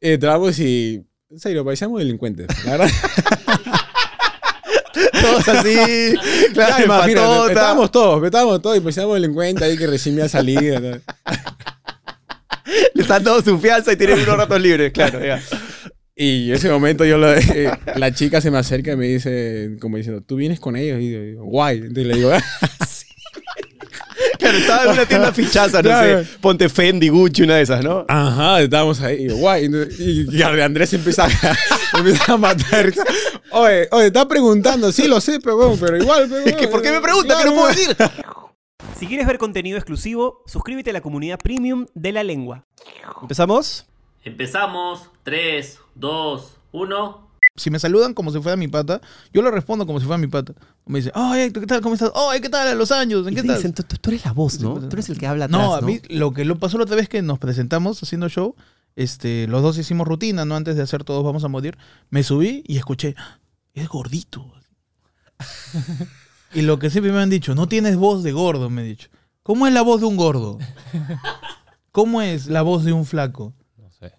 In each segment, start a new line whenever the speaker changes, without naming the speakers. Eh, trabajamos y. En serio, parecíamos delincuentes. La verdad.
Todos así,
Claro,
claro,
imagínate,
patota.
petábamos todos, petábamos todos y parecíamos delincuentes ahí que recién me salida. ¿no?
Le están dando su fianza y tienen unos ratos libres, claro, ya.
Y en ese momento yo lo- eh, la chica se me acerca y me dice, como diciendo, tú vienes con ellos. Y yo digo, guay. Entonces le digo, "Ah,
Claro, estaba en una tienda fichaza, no
Claro.
sé, ponte Fendi, Gucci, una de esas, ¿no?
ajá, estábamos ahí. Y yo, guay. Entonces- Y, y Andrés empieza a, empieza a matar. Oye, oye, está preguntando. Sí, lo sé, pero, bueno, pero igual. Pero,
Es que, ¿por qué me pregunta? ¿Qué no puedo decir?
Si quieres ver contenido exclusivo, suscríbete a la comunidad premium de la lengua.
¿Empezamos?
Empezamos. 3, 2, 1.
Si me saludan como si fuera mi pata, yo le respondo como si fuera mi pata. Me dice, ay, Héctor, ¿qué tal? ¿Cómo estás? Ay, ¿qué tal? A los años, ¿en
Y
qué
te
tal?
dicen, tú, tú- tú eres la voz, ¿no?
Sí,
Tú eres el que habla atrás,
No,
¿no?
a mí lo que lo pasó la otra vez que nos presentamos haciendo show, este, los dos hicimos rutina, ¿no? Antes de hacer todos vamos a morir. Me subí y escuché, es gordito. y lo que siempre me han dicho, no tienes voz de gordo, me han dicho. ¿Cómo es la voz de un gordo? ¿Cómo es la voz de un flaco?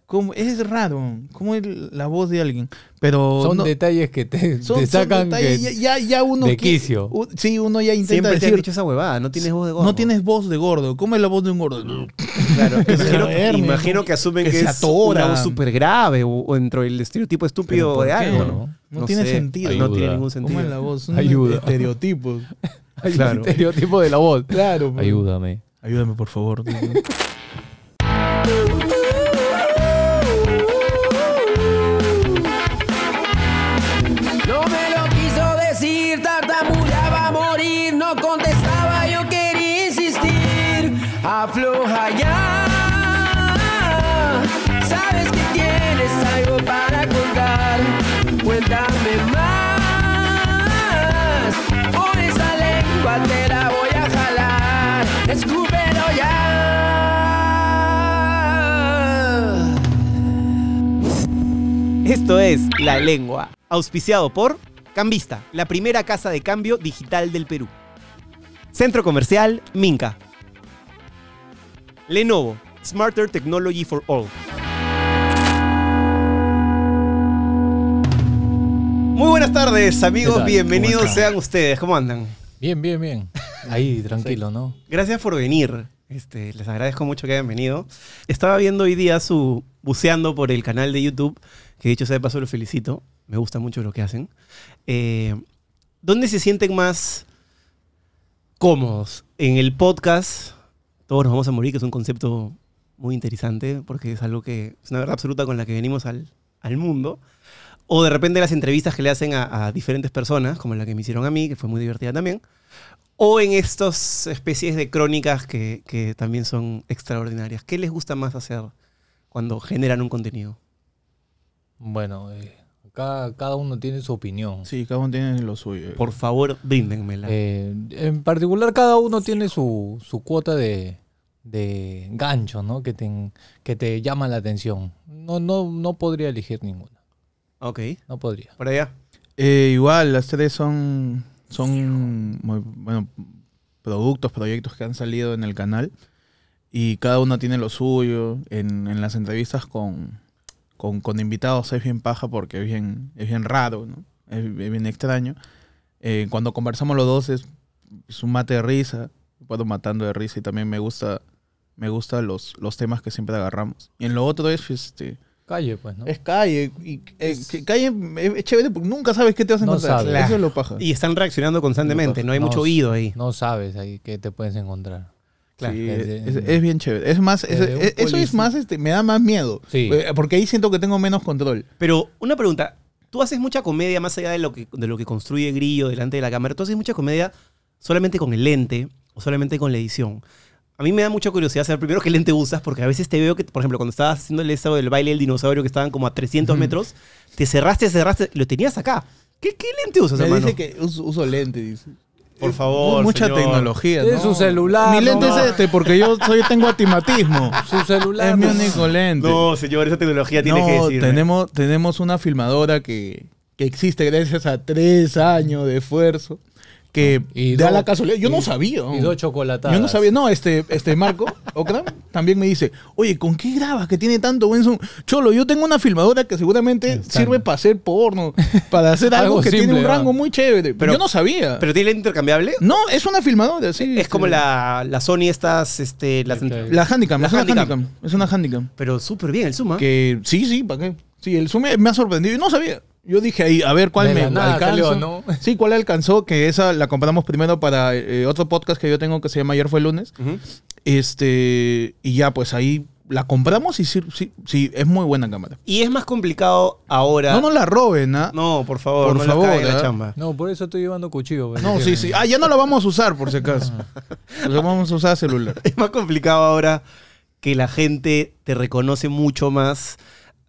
¿Cómo? Es raro. ¿Cómo es la voz de alguien? Pero
Son
no-
detalles que te,
son- son
te sacan
detalles,
que-
ya, ya- ya uno
de
que-
quicio.
u- sí, uno ya intenta
Siempre te han
decir,
dicho esa huevada, no tienes voz de gordo.
no tienes voz de gordo. ¿Cómo es la voz de un gordo?
Claro, imagino,
ver,
imagino que asumen que,
que se
es...
ato-
una
hora.
voz súper grave o, o dentro del estereotipo
¿Pero
estúpido
por
de
qué?
algo,
No,
¿no?
no tiene
sé,
sentido.
No
Ayuda.
tiene ningún sentido.
¿Cómo es la voz? Son
Ayuda.
Estereotipos.
Hay
Claro.
un estereotipo de la voz.
Claro. pues.
Ayúdame.
Ayúdame, por favor.
No me lo quiso decir, tartamudeaba a morir, no contestaba, yo quería insistir. Afloja ya, sabes que tienes algo para contar, cuéntame más. Por esa lengua te la voy a jalar, escúpelo ya.
Esto es La Lengua, auspiciado por Cambista, la primera casa de cambio digital del Perú. Centro Comercial Minca. Lenovo, Smarter Technology for All. Muy buenas tardes,
¿Qué
amigos,
tal?
bienvenidos
¿Cómo están?
sean ustedes, ¿cómo andan?
Bien, bien, bien. Ahí, tranquilo, ¿no?
Gracias por venir. Este, les agradezco mucho que hayan venido. Estaba viendo hoy día su buceando por el canal de YouTube, que dicho sea de paso lo felicito. Me gusta mucho lo que hacen. Eh, ¿Dónde se sienten más cómodos? En el podcast, todos nos vamos a morir, que es un concepto muy interesante, porque es algo que es una verdad absoluta con la que venimos al, al mundo. O de repente las entrevistas que le hacen a, a diferentes personas, como la que me hicieron a mí, que fue muy divertida también. O en estas especies de crónicas que, que también son extraordinarias. ¿Qué les gusta más hacer cuando generan un contenido?
Bueno, eh, cada, cada uno tiene su opinión.
Sí, cada uno tiene lo suyo.
Por favor, bríndenmela.
Eh, en particular, cada uno tiene su, su cuota de, de gancho, ¿no? Que te, que te llama la atención. No, no, no podría elegir ninguna.
ok,
No podría.
por allá.
Eh, igual, las tres son, son muy, bueno, productos, proyectos que han salido en el canal. Y cada uno tiene lo suyo. En, en las entrevistas con, con, con invitados es bien paja porque es bien, es bien raro, ¿no? Es, es bien extraño. Eh, cuando conversamos los dos es, es un mate de risa. Me puedo matando de risa y también me gusta me gusta los, los temas que siempre agarramos. Y en lo otro es este,
Calle, pues, ¿no?
es calle. Y, eh, que calle es, es chévere porque nunca sabes qué te vas a
No
encontrar.
sabes.
Eso es lo paja.
Y están reaccionando constantemente, no hay
eh. No,
mucho oído ahí.
No sabes ahí qué te puedes encontrar.
claro.
Sí,
Es
es,
de-
es bien chévere. Es más, es-
de un
es- eso es
policía.
más, este, me da más miedo.
Sí.
Eh, Porque ahí siento que tengo menos control.
Pero una pregunta, tú haces mucha comedia más allá de lo que, de lo que construye Grillo delante de la cámara, tú haces mucha comedia solamente con el lente o solamente con la edición. A mí me da mucha curiosidad saber primero qué lente usas, porque a veces te veo que, por ejemplo, cuando estabas haciendo el estado del baile del dinosaurio que estaban como a 300 metros, te cerraste, cerraste, lo tenías acá. ¿Qué, qué lente usas,
Me
hermano?
dice que uso, uso lente, dice.
Por favor,
Mucha
señor.
tecnología,
Es
¿no?
su celular.
Mi
¿no?
lente es este, porque yo soy, tengo atimatismo.
Su celular.
es mi
¿no?
único lente.
No, señor, esa tecnología tienes
No,
que decir.
tenemos, tenemos una filmadora que, que existe gracias a tres años de esfuerzo, que
Ah, Y
da
dos-
la casualidad. Yo
y-
no sabía.
Y dos chocolatadas.
Yo no sabía, no, este, este Marco Ocram también me dice, oye, ¿con qué grabas que tiene tanto buen zoom? Cholo, yo tengo una filmadora que seguramente sirve para hacer porno, para hacer algo,
Algo
que tiene
simple,
un
¿verdad?
rango muy chévere.
Pero-
yo no sabía.
¿Pero tiene lente intercambiable?
no, es una filmadora, sí.
es
este,
como la, la Sony estas, este, las-
Ok.
La Handicam,
la
es una
Handycam.
Handicam. Es una Handicam.
Pero súper bien el Zoom, ¿ah?
Que sí, sí, ¿para qué? Sí, el Zoom me, me ha sorprendido. Yo no sabía. Yo dije ahí, a ver cuál
De
me
la nada
alcanza.
salió, ¿no?
Sí, cuál alcanzó, que esa la compramos primero para eh, otro podcast que yo tengo que se llama Ayer fue el lunes.
Ujú.
Este, y ya, pues ahí la compramos y sí, sí, sí, es muy buena cámara.
Y es más complicado ahora.
No nos la roben, ¿ah?
No, por favor,
Por
no la
favor,
caguen la
¿ah?
chamba.
No, por eso estoy llevando cuchillo. pues,
No, sí, sí. Ah, ya no la vamos a usar, por si acaso. Pues La vamos a usar celular.
Es más complicado ahora que la gente te reconoce mucho más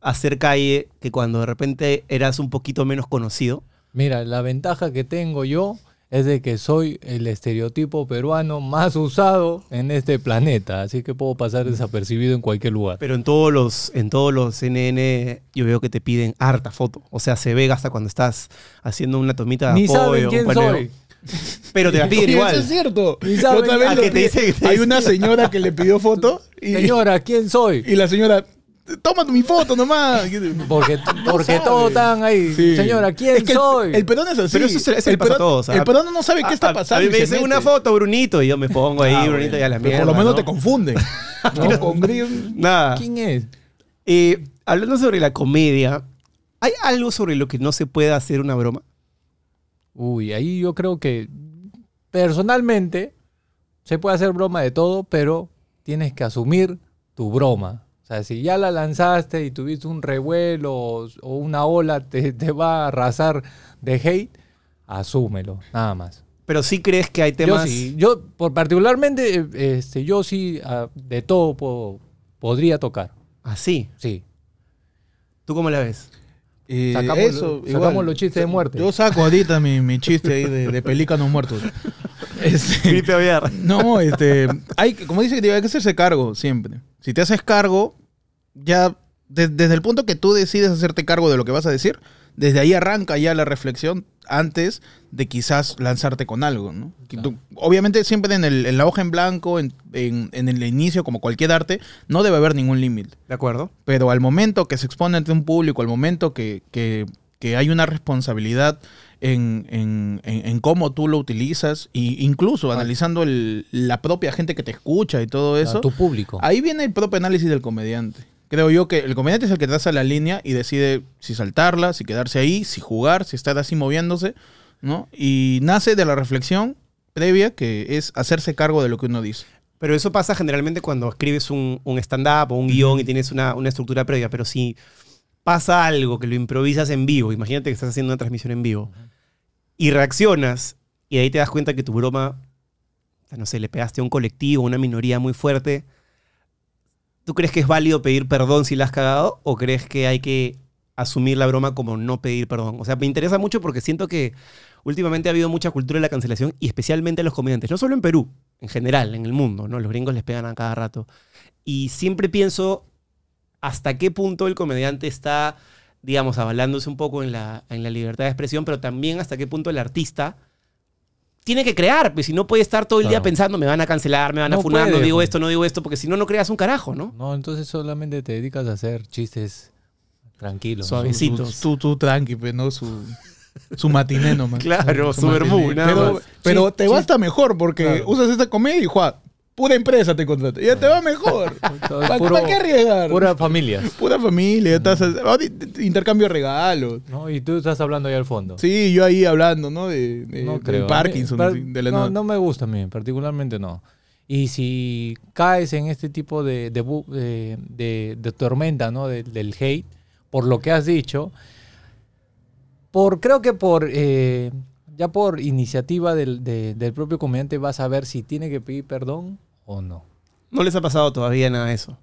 hacer calle que cuando de repente eras un poquito menos conocido.
Mira, la ventaja que tengo yo es de que soy el estereotipo peruano más usado en este planeta, así que puedo pasar
Mm.
desapercibido en cualquier lugar.
Pero en todos los, en todos los CNN yo veo que te piden harta foto. O sea, se ve hasta cuando estás haciendo una tomita
Ni
de apoyo,
saben
un
quién
paneo.
soy.
Pero te la piden
Oye, eso
igual.
es cierto.
Y saben-
Otra vez
Ah,
lo
que te
vi.
dice- te
Hay
dice-
una señora que le pidió foto y,
Señora, ¿quién soy?
y la señora, toma mi foto nomás.
Porque, porque
sabe.
todos están ahí.
Sí.
Señora, ¿quién
Es que el-
soy?
El, perón es así.
Pero eso se- eso le pasa a
perón-
todos, ¿ah?
El perón no sabe qué
A-
está
a-
pasando.
A mí
y
me
se
dicen
mete.
una foto, Brunito, y yo me pongo ahí,
Ah, bueno.
Brunito, y a la
Pero
mierda.
Por lo menos
¿no?
te confunden. ¿no? Con gris-
Nada.
¿Quién es?
Eh, hablando sobre la comedia, ¿hay algo sobre lo que no se puede hacer una broma?
Uy, ahí yo creo que personalmente se puede hacer broma de todo, pero tienes que asumir tu broma. O sea, si ya la lanzaste y tuviste un revuelo o, o una ola te, te va a arrasar de hate, asúmelo, nada más.
Pero sí crees que hay
Yo
temas.
sí, yo por particularmente, eh, este, yo sí ah, de todo puedo- podría tocar,
Así.
sí.
¿Tú cómo la ves?
Eh,
Sacamos
eso,
lo-
igual.
sacamos los chistes de muerte.
Yo saco ahorita mi, mi chiste ahí de, de pelícanos muertos. Este,
Felipe Aviar.
no, este. Hay, que- como dice que te- hay que hacerse cargo siempre. Si te haces cargo, ya. de- desde el punto que tú decides hacerte cargo de lo que vas a decir, desde ahí arranca ya la reflexión antes de quizás lanzarte con algo, ¿no? Que tú- obviamente siempre en, el- en la hoja en blanco, en, en- en el inicio, como cualquier arte, no debe haber ningún límite.
¿De acuerdo?
pero al momento que se expone ante un público, al momento que, que- que hay una responsabilidad en, en- en- en cómo tú lo utilizas, e incluso analizando el- la propia gente que te escucha y todo
A
eso,
tu público.
ahí viene el propio análisis del comediante. Creo yo que el comediante es el que traza la línea y decide si saltarla, si quedarse ahí, si jugar, si estar así moviéndose, ¿no? Y nace de la reflexión previa que es hacerse cargo de lo que uno dice.
Pero eso pasa generalmente cuando escribes un, un stand-up o un guión y tienes una, una estructura previa. Pero si pasa algo que lo improvisas en vivo, imagínate que estás haciendo una transmisión en vivo y reaccionas y ahí te das cuenta que tu broma, o sea, no sé, le pegaste a un colectivo, a una minoría muy fuerte. ¿Tú crees que es válido pedir perdón si la has cagado o crees que hay que asumir la broma como no pedir perdón? O sea, me interesa mucho porque siento que últimamente ha habido mucha cultura de la cancelación y especialmente a los comediantes, no solo en Perú, en general, en el mundo, ¿no? Los gringos les pegan a cada rato. Y siempre pienso hasta qué punto el comediante está, digamos, avalándose un poco en la, en la libertad de expresión, pero también hasta qué punto el artista tiene que crear, pues si no puede estar todo el día
Claro.
pensando, me van a cancelar, me van a
No
funar, no
puede,
digo
pues.
esto, no digo esto, porque si no, no creas un carajo, ¿no?
No, entonces solamente te dedicas a hacer chistes tranquilos.
Suave. Besitos.
Tú, tú, tranqui, pues, ¿no? Su, su matiné nomás.
Claro, su
matiné.
vermú, nada
Pero,
más.
pero te va hasta mejor porque usas esta comedia y, Juan, pura empresa te contrata. Ya te va mejor.
Todo es
¿Para
puro-
qué arriesgar?
Pura familia.
Pura familia, estás, ahora intercambio de regalos.
No, y tú estás hablando ahí al fondo.
Sí, yo ahí hablando, ¿no? De, de-
no
del
creo.
Parkinson.
Par-
así, de la
no,
nada.
no me gusta a mí, particularmente no. Y si caes en este tipo de, de, bu- de- de- de tormenta, ¿no? De- del hate, por lo que has dicho, por creo que por eh, ya por iniciativa del, de- del propio comediante vas a ver si tiene que pedir perdón o no.
No les ha pasado todavía nada de eso.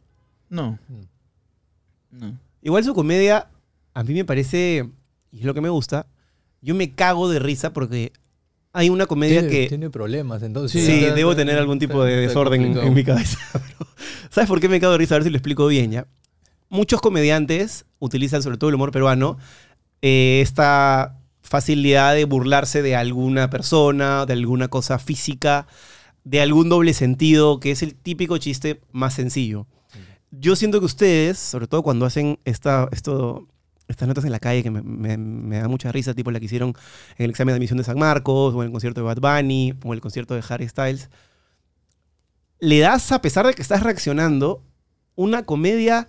No. No.
Igual su comedia, a mí me parece, y es lo que me gusta, yo me cago de risa porque hay una comedia
Tiene,
que...
tiene problemas,
Sí,
entonces.
Sí, está-
debo
está-
tener algún tipo de
está- está
desorden
complicado.
en mi cabeza. bro. ¿Sabes por qué me cago de risa? A ver si lo explico bien ya. Muchos comediantes utilizan, sobre todo el humor peruano, eh, esta facilidad de burlarse de alguna persona, de alguna cosa física, de algún doble sentido, que es el típico chiste más sencillo. Yo siento que ustedes, sobre todo cuando hacen esta, esto, estas notas en la calle, que me, me- me da mucha risa, tipo la que hicieron en el examen de admisión de San Marcos, o en el concierto de Bad Bunny, o el concierto de Harry Styles, le das, a pesar de que estás reaccionando, una comedia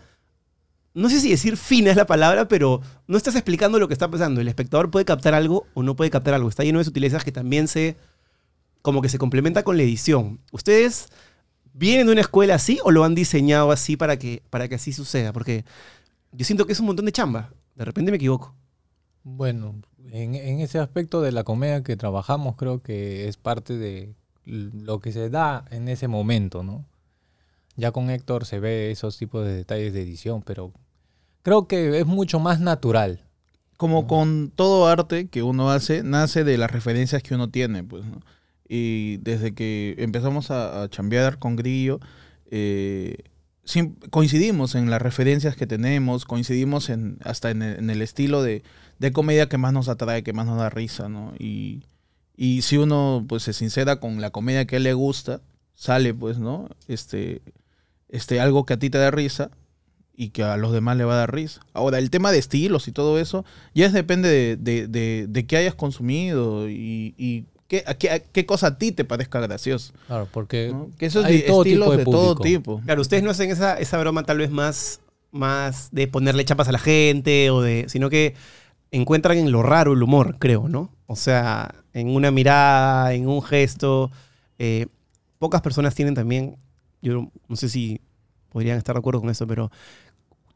no sé si decir fina es la palabra, pero no estás explicando lo que está pasando. El espectador puede captar algo o no puede captar algo. Está lleno de sutilezas que también se, como que se complementa con la edición. ¿Ustedes vienen de una escuela así o lo han diseñado así para que, para que así suceda? Porque yo siento que es un montón de chamba. De repente me equivoco.
Bueno, en, en ese aspecto de la comedia que trabajamos, creo que es parte de lo que se da en ese momento, ¿no? Ya con Héctor se ve esos tipos de detalles de edición, pero creo que es mucho más natural.
Como con todo arte que uno hace, nace de las referencias que uno tiene, pues, ¿no? Y desde que empezamos a, a chambear con Grillo, eh, sim- coincidimos en las referencias que tenemos, coincidimos en, hasta en el, en el estilo de, de comedia que más nos atrae, que más nos da risa, ¿no? Y, y si uno, pues, se sincera con la comedia que a él le gusta, sale, pues, ¿no? Este, este, algo que a ti te da risa y que a los demás le va a dar risa. Ahora, el tema de estilos y todo eso, ya es depende de, de, de- de qué hayas consumido y, y qué, a qué, a qué cosa a ti te parezca gracioso.
Claro, porque
Eh,
¿no? Que esos
hay
di-
todo
estilos
tipo de
de, todo
público.
tipo.
Claro, ustedes no hacen esa, esa broma tal vez más, más de ponerle chapas a la gente, o de, sino que encuentran en lo raro el humor, creo, ¿no? O sea, en una mirada, en un gesto. eh, pocas personas tienen también, yo no sé si podrían estar de acuerdo con eso, pero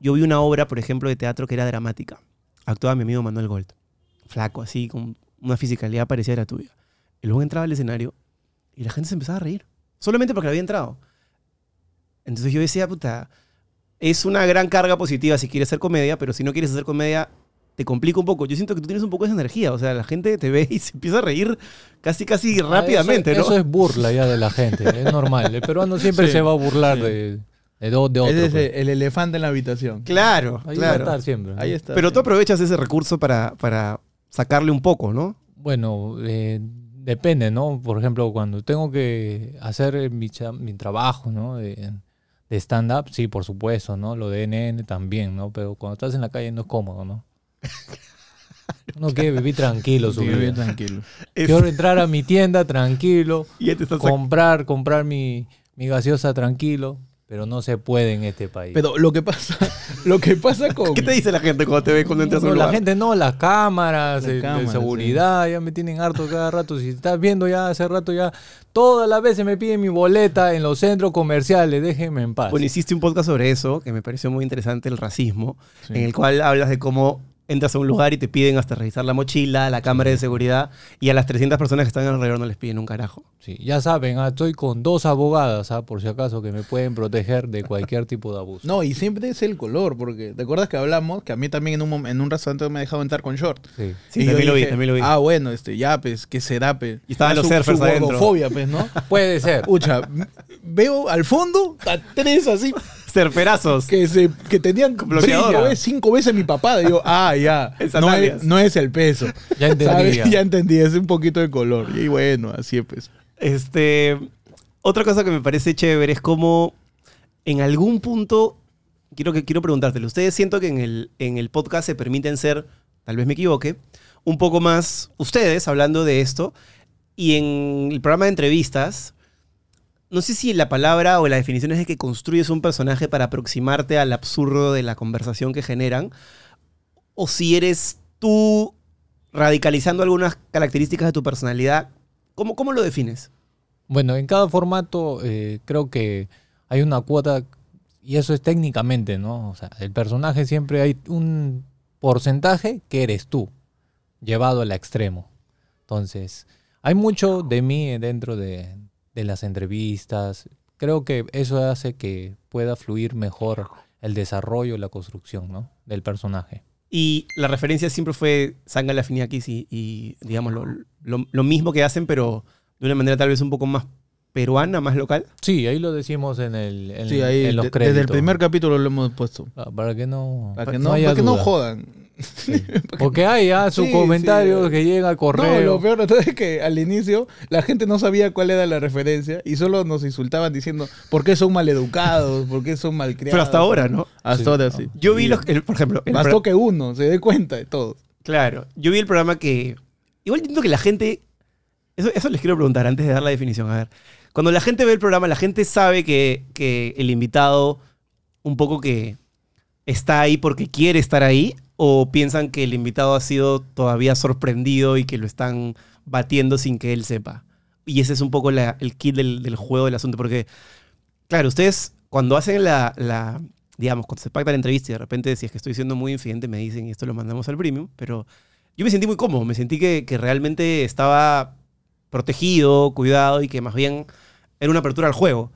yo vi una obra, por ejemplo, de teatro que era dramática. Actuaba mi amigo Manuel Gold, flaco, así, con una fisicalidad parecida a la tuya. Y luego entraba al escenario y la gente se empezaba a reír, solamente porque le había entrado. Entonces yo decía, puta, es una gran carga positiva si quieres hacer comedia, pero si no quieres hacer comedia, te complica un poco. Yo siento que tú tienes un poco esa energía, o sea, la gente te ve y se empieza a reír casi, casi rápidamente,
Ah, eso,
¿no?
Eso es burla ya de la gente, es normal. El peruano siempre
Sí,
se va a burlar
sí.
de, de, do- de otro.
Ese es
pues.
el, el elefante en la habitación.
Claro,
Ahí va a
claro.
estar siempre. ¿no?
Ahí está.
Pero
sí.
tú aprovechas ese recurso para, para sacarle un poco, ¿no?
Bueno, eh, depende, ¿no? Por ejemplo, cuando tengo que hacer mi, cha- mi trabajo, ¿no? De, de stand-up, sí, por supuesto, ¿no? Lo de NN también, ¿no? Pero cuando estás en la calle no es cómodo, ¿no? Uno quiere vivir tranquilo, su
Sí,
vida.
bien tranquilo.
Quiero entrar a mi tienda tranquilo,
Y ya te estás
comprar, comprar mi, mi gaseosa tranquilo, pero no se puede en este país.
Pero lo que pasa, lo que pasa con...
¿Qué te dice la gente cuando te ve cuando entras a
No,
un
la
lugar?
gente no, las cámaras,
Las
el- el
cámaras,
seguridad, ya me tienen harto cada rato. Si estás viendo ya hace rato ya, todas las veces me piden mi boleta en los centros comerciales, déjenme en paz.
Bueno, hiciste un podcast sobre eso, que me pareció muy interesante, el racismo,
Sí.
en el cual hablas de cómo entras a un lugar y te piden hasta revisar la mochila, la cámara de seguridad, y a las 300 personas que están alrededor no les piden un carajo.
Sí, ya saben, ah, estoy con dos abogadas, ah, por si acaso, que me pueden proteger de cualquier tipo de abuso.
No, y siempre es el color, porque ¿te acuerdas que hablamos? Que a mí también en un, mom- en un restaurante me dejaban entrar con short.
Sí.
Sí,
Y yo
también lo vi,
dije,
también lo vi.
Ah, bueno, este, ya, pues, que será, pues.
Y estaban
Ah,
los
su-
surfers
su
adentro.
gordofobia, pues, ¿no?
Puede ser.
Pucha, m- veo al fondo a tres así
Cerperazos.
que, se, que tenían
bloqueador.
brillo, ¿ves? cinco veces mi papá. Digo, ah, ya,
En
no
sandalias.
es, no es el peso.
Ya entendí.
¿Sabes?
ya.
Ya entendí, es un poquito de color. Y bueno, así es, pues.
Este, otra cosa que me parece chévere es como en algún punto, quiero, que, quiero preguntártelo, ustedes siento que en el, en el podcast se permiten ser, tal vez me equivoque, un poco más ustedes hablando de esto y en el programa de entrevistas, no sé si la palabra o la definición es de que construyes un personaje para aproximarte al absurdo de la conversación que generan o si eres tú radicalizando algunas características de tu personalidad. ¿Cómo, cómo lo defines?
Bueno, en cada formato eh, creo que hay una cuota, y eso es técnicamente, ¿no? O sea, el personaje siempre hay un porcentaje que eres tú, llevado al extremo. Entonces, hay mucho de mí dentro de, de las entrevistas. Creo que eso hace que pueda fluir mejor el desarrollo, la construcción, ¿no? Del personaje.
Y la referencia siempre fue Sanga la Finiakis y, y, digamos, lo, lo- lo mismo que hacen, pero de una manera tal vez un poco más peruana, más local.
Sí, ahí lo decimos en, el, en-
Sí, ahí,
en los
de-
créditos.
desde el primer capítulo lo hemos puesto.
Ah, Para que no,
Para
para
que no,
haya
para que no
duda.
jodan.
Porque hay ah, sus
Sí,
comentarios
sí. eh,
que llegan al
No,
correo.
lo peor de todo es que al inicio la gente no sabía cuál era la referencia y solo nos insultaban diciendo por qué son maleducados, por qué son malcriados.
Pero hasta ahora, ¿no?
Hasta
Sí.
ahora sí.
Yo vi los. el- por ejemplo. el pro-
Bastó que uno se dé cuenta de todo.
Claro, yo vi el programa que. Igual entiendo que la gente. Eso, eso les quiero preguntar antes de dar la definición. A ver, cuando la gente ve el programa, la gente sabe que, que el invitado un poco que está ahí porque quiere estar ahí o piensan que el invitado ha sido todavía sorprendido y que lo están batiendo sin que él sepa. Y ese es un poco la- el kit del, del juego del asunto porque, claro, ustedes cuando hacen la, la- digamos, cuando se pacta la entrevista y de repente si es que estoy siendo muy infidente me dicen y esto lo mandamos al premium, pero yo me sentí muy cómodo, me sentí que, que realmente estaba protegido, cuidado y que más bien era una apertura al juego.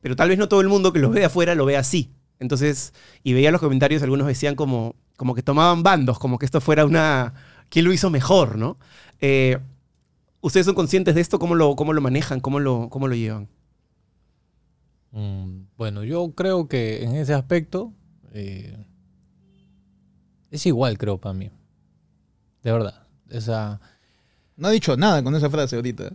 Pero tal vez no todo el mundo que lo ve de afuera lo ve así. Entonces, y veía los comentarios, algunos decían como, como que tomaban bandos, como que esto fuera una... ¿Quién lo hizo mejor, no? Eh, ¿Ustedes son conscientes de esto? ¿Cómo lo, cómo lo manejan? ¿Cómo lo, cómo lo llevan?
Mm, bueno, yo creo que en ese aspecto eh, es igual, creo, para mí. De verdad. Esa,
No ha dicho nada con esa frase ahorita.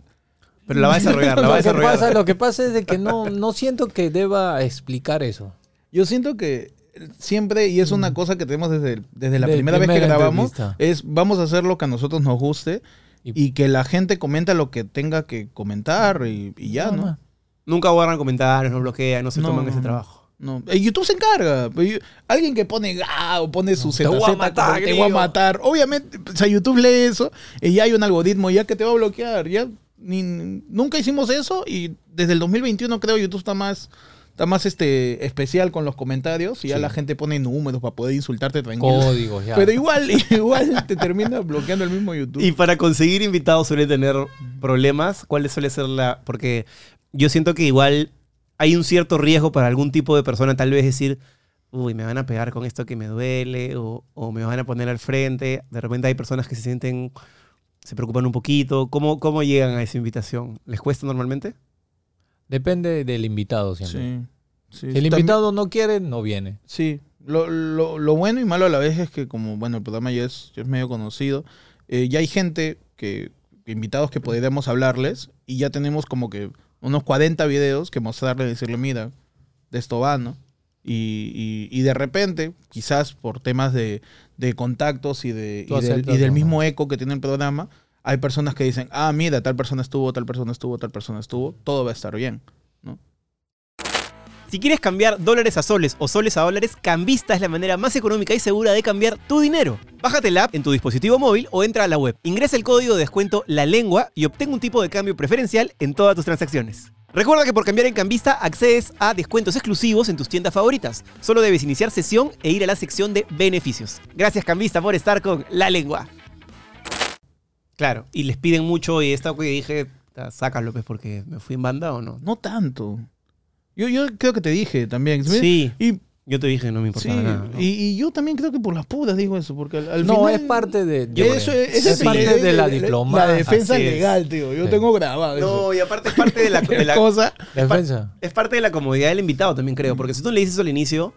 Pero la va a desarrollar, la va a
lo, que
desarrollar.
pasa, lo que pasa es de que no, no siento que deba explicar eso.
Yo siento que siempre, y es una cosa que tenemos desde, desde la
Del
primera vez que
primera
grabamos,
entrevista.
es vamos a hacer lo que a nosotros nos guste
Y-
y, que la gente comenta lo que tenga que comentar y, y ya,
Nada
¿no?
más.
Nunca borran comentarios, no bloquean, no se
No,
toman
no,
ese
no.
trabajo.
No, eh, YouTube se encarga. Pero yo- alguien que pone "Ah", o pone su
No,
ZZ,
te voy a
como,
matar,
te voy a
gringo".
matar. Obviamente, o sea, YouTube lee eso y ya hay un algoritmo ya que te va a bloquear. Ya ni- nunca hicimos eso y desde el 2021 creo YouTube está más está más este especial con los comentarios y ya la gente pone números para poder insultarte tranquilo.
Códigos, ya.
Pero igual, igual te termina bloqueando el mismo YouTube.
Y para conseguir invitados suele tener problemas. ¿Cuál suele ser la...? Porque yo siento que igual hay un cierto riesgo para algún tipo de persona tal vez decir, uy, me van a pegar con esto que me duele o, o me van a poner al frente. De repente hay personas que se sienten, se preocupan un poquito. ¿Cómo, cómo llegan a esa invitación? ¿Les cuesta normalmente?
Depende del invitado siempre.
Sí,
Si el
también-
invitado no quiere, no viene.
Sí, lo, lo- lo bueno y malo a la vez es que como, bueno, el programa ya es, ya es medio conocido, eh, ya hay gente que, invitados que podríamos hablarles y ya tenemos como que unos 40 videos que mostrarle y decirle, mira, de esto va, ¿no? Y, y- y de repente, quizás por temas de, de contactos y, de,
Tú
y, del,
aceptas
y del
o no.
mismo eco que tiene el programa, hay personas que dicen, ah, mira, tal persona estuvo, tal persona estuvo, tal persona estuvo, todo va a estar bien.
Si quieres cambiar dólares a soles o soles a dólares, Cambista es la manera más económica y segura de cambiar tu dinero. Bájate la app en tu dispositivo móvil o entra a la web. Ingresa el código de descuento La Lengua y obtén un tipo de cambio preferencial en todas tus transacciones. Recuerda que por cambiar en Cambista accedes a descuentos exclusivos en tus tiendas favoritas. Solo debes iniciar sesión e ir a la sección de beneficios. Gracias Cambista por estar con La Lengua.
Claro. Y les piden mucho y esta que dije, "Ta, sácalo, pues, porque me fui en banda o no.
No tanto. Yo, yo creo que te dije también.
Sí.
Y,
Yo te dije, no me
sí,
importaba nada. ¿no?
y, y yo también creo que por las putas digo eso, porque al, al
no,
final-
es parte de... yo
Eso
creo.
es, ese
Es
es el-
parte de la
La
diplomacia.
defensa
así es.
legal, tío. Yo
Sí.
tengo grabado eso.
No, y aparte es parte de la, de la-
cosa.
Defensa.
es parte de la comodidad del invitado también, creo. Porque si tú le dices eso al inicio,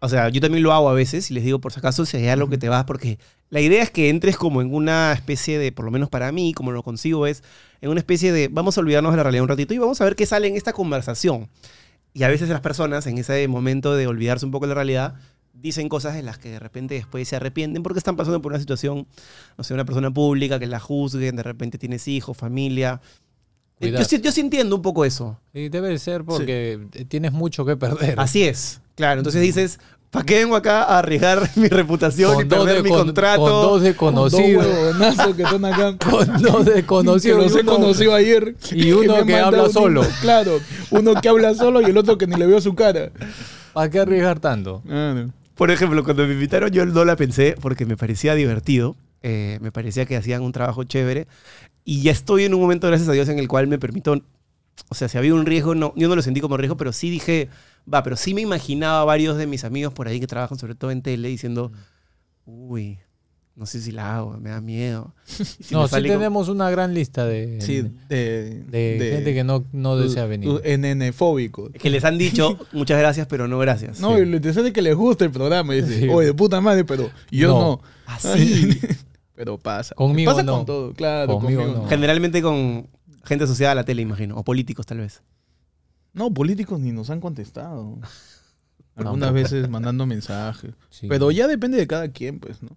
o sea, yo también lo hago a veces y les digo, por si acaso, si hay algo que te vas, porque la idea es que entres como en una especie de, por lo menos para mí, como lo consigo, es en una especie de, vamos a olvidarnos de la realidad un ratito y vamos a ver qué sale en esta conversación. Y a veces las personas, en ese momento de olvidarse un poco de la realidad, dicen cosas en las que de repente después se arrepienten porque están pasando por una situación, no sé, una persona pública que la juzguen, de repente tienes hijos, familia. Eh, Yo,
Cuidado.
sí- yo sí entiendo un poco eso.
Y debe ser porque tienes mucho que perder.
Así es, claro. Entonces dices, ¿para qué vengo acá a arriesgar mi reputación y
Con dos
perder
de-
mi
con-
contrato?
Con dos desconocidos.
Dos huevonazos que están acá.
Con dos
Que
desconocidos.
los he
y uno-
conocido ayer.
y uno
me
que
manda
habla
un-
solo.
Claro. Uno que habla solo y el otro que ni le veo su cara.
¿Para qué arriesgar tanto?
Por ejemplo, cuando me invitaron yo no la pensé porque me parecía divertido, eh, me parecía que hacían un trabajo chévere y ya estoy en un momento, gracias a Dios, en el cual me permito, o sea, si había un riesgo, no, yo no lo sentí como riesgo, pero sí dije, va, pero sí me imaginaba a varios de mis amigos por ahí que trabajan sobre todo en tele diciendo, uy, no sé si la hago, me da miedo. Y si
no,
me
sí
sale como-
tenemos una gran lista de,
Sí,
de,
de, eh,
gente que no, no desea venir.
NN-fóbico.
Que les han dicho muchas gracias, pero no gracias.
No, y lo interesante es que les gusta el programa. Y dice,
Sí.
oye, de puta madre, pero yo
No.
no.
Así.
pero pasa.
Conmigo
pasa
no.
con todo, claro.
Conmigo
Conmigo,
no.
no.
Oh. Generalmente con gente asociada a la tele, imagino, o políticos tal vez.
No, políticos ni nos han contestado. Algunas
pero-
veces mandando mensajes.
Sí.
Pero ya depende de cada quien, pues, ¿no?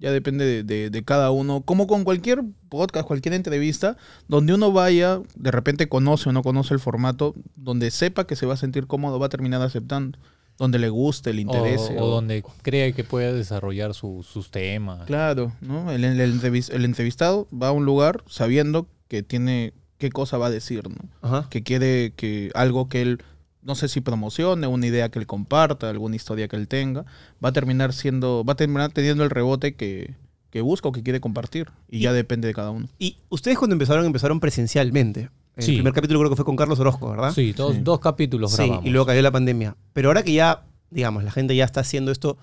Ya depende de, de- de cada uno. Como con cualquier podcast, cualquier entrevista, donde uno vaya, de repente conoce o no conoce el formato, donde sepa que se va a sentir cómodo, va a terminar aceptando. Donde le guste, le
O-
interese.
o,
o-
donde cree que pueda desarrollar su- sus temas.
Claro, ¿no? El, el- el entrevis- el entrevistado va a un lugar sabiendo que tiene qué cosa va a decir, ¿no?
Ajá.
Que quiere que algo que él, no sé si promocione, una idea que él comparta, alguna historia que él tenga, va a terminar siendo, va a terminar teniendo el rebote que, que busca o que quiere compartir. Y, ya depende de cada uno.
Y ustedes cuando empezaron, empezaron presencialmente. El
Sí.
primer capítulo creo que fue con Carlos Orozco, ¿verdad?
Sí, dos,
Sí.
dos capítulos
Sí,
grabamos.
y luego cayó la pandemia. Pero ahora que ya, digamos, la gente ya está haciendo esto,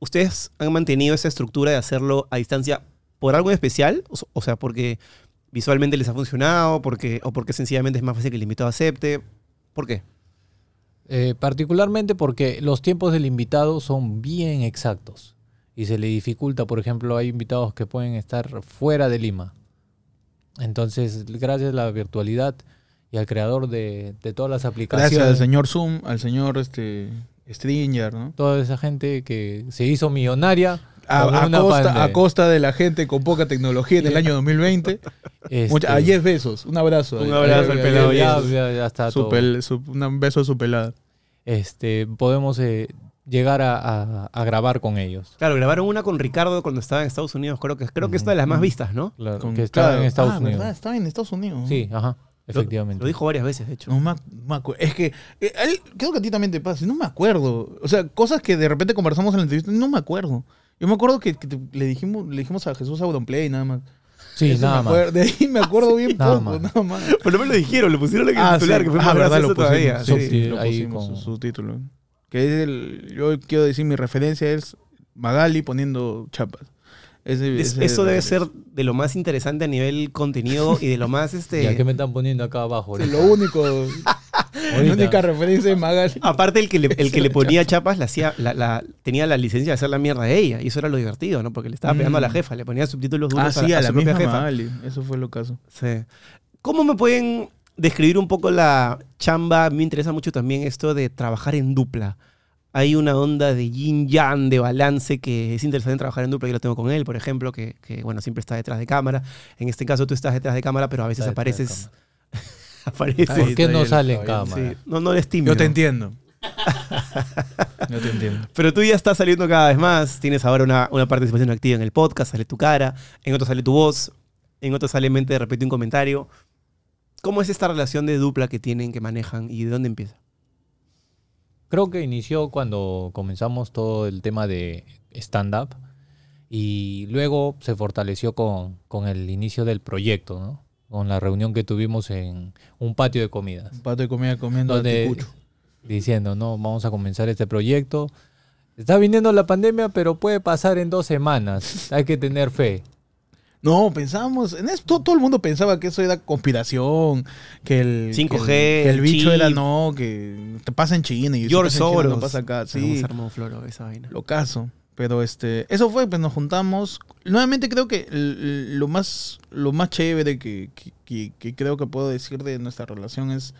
¿ustedes han mantenido esa estructura de hacerlo a distancia por algo en especial? O, s- o sea, porque visualmente les ha funcionado, porque, o porque sencillamente es más fácil que el invitado acepte. ¿Por qué?
Eh, particularmente porque los tiempos del invitado son bien exactos y se le dificulta, por ejemplo, hay invitados que pueden estar fuera de Lima. Entonces, gracias a la virtualidad y al creador de, de todas las aplicaciones,
Gracias al señor Zoom, al señor este, Stringer, ¿no?
toda esa gente que se hizo millonaria con
A, a
una
costa,
pandemia.
a costa de la gente con poca tecnología en el año 2020.
Este,
Mucha- a Jeff Bezos, un abrazo.
Un abrazo al
Jeff-
pelado
Jeff
ya-
Bezos.
ya- ya está
Su
todo.
pel- su- un beso a su pelada.
Este, podemos eh, llegar a, a- a grabar con ellos.
Claro, grabaron una con Ricardo cuando estaba en Estados Unidos, creo que, creo que es una de las más vistas, ¿no?
Claro,
Con-
que estaban
claro.
en Estados
Ah,
Unidos.
¿verdad? Estaba en Estados Unidos.
Sí, ajá,
Lo-
efectivamente.
Lo, dijo varias veces, de hecho.
No me, ac- me acu- Es que, eh, al- creo que a ti también te pasa. No me acuerdo. O sea, cosas que de repente conversamos en la entrevista, no me acuerdo. Yo me acuerdo que, que te- le, dijimos, le dijimos a Jesús Auronplay nada más.
sí,
Eso
nada
me
más.
acuerdo- De ahí me acuerdo bien
Nada
poco,
más.
nada más.
Por lo menos lo dijeron, lo pusieron en el titular,
sí.
que fue
Ah,
más
verdad,
gracioso
lo
todavía.
pusimos. Sí,
Sí.
sí,
lo
ahí
pusimos
con-
su, su título. Que es el. Yo quiero decir, mi referencia es Magali poniendo chapas. Ese-
Es-
ese
eso debe
referencia.
ser de lo más interesante a nivel contenido y de lo más este
Ya que me están poniendo acá abajo.
Sí,
ahorita?
Lo único. la
Ahorita.
única referencia de Magali.
Aparte, el que le, el que le ponía chapas la hacía, la, la- tenía la licencia de hacer la mierda de ella. Y eso era lo divertido, ¿no? Porque le estaba pegando a la
Mm.
jefa, le ponía subtítulos duros
Ah, sí, a,
su
la
propia
misma Magali. Eso fue lo caso.
Sí. ¿Cómo me pueden describir un poco la chamba? Me interesa mucho también esto de trabajar en dupla. Hay una onda de yin-yang, de balance, que es interesante trabajar en dupla. Yo lo tengo con él, por ejemplo, que, que, bueno, siempre está detrás de cámara. En este caso, tú estás detrás de cámara, pero a veces
Está detrás de
apareces. apareces.
¿Por qué
está
no
bien,
sale en
está bien,
cámara?
No, no eres tímido.
Yo te entiendo. Yo te entiendo.
Pero tú ya estás saliendo cada vez más. Tienes ahora una, una participación activa en el podcast. Sale tu cara. En otro sale tu voz. En otro sale en mente de repente un comentario. ¿Cómo es esta relación de dupla que tienen, que manejan y de dónde empieza?
Creo que inició cuando comenzamos todo el tema de stand-up y luego se fortaleció con, con el inicio del proyecto, ¿no? Con la reunión que tuvimos en un patio de comidas.
Un pato de comida comiendo
donde
anticucho.
diciendo, no, vamos a comenzar este proyecto. Está viniendo la pandemia, pero puede pasar en dos semanas. Hay que tener fe.
No, pensábamos. En esto, todo, el mundo pensaba que eso era conspiración. Que el.
5G,
Que el, que el bicho
chip.
era no, que te pasa en China y
George
si pasa en China,
Soros.
no pasa acá.
Cómo
Sí,
se armó Floro esa vaina.
lo caso. Pero este, eso fue, pues nos juntamos. Nuevamente creo que l- lo más, lo más chévere que, que- que- que creo que puedo decir de nuestra relación es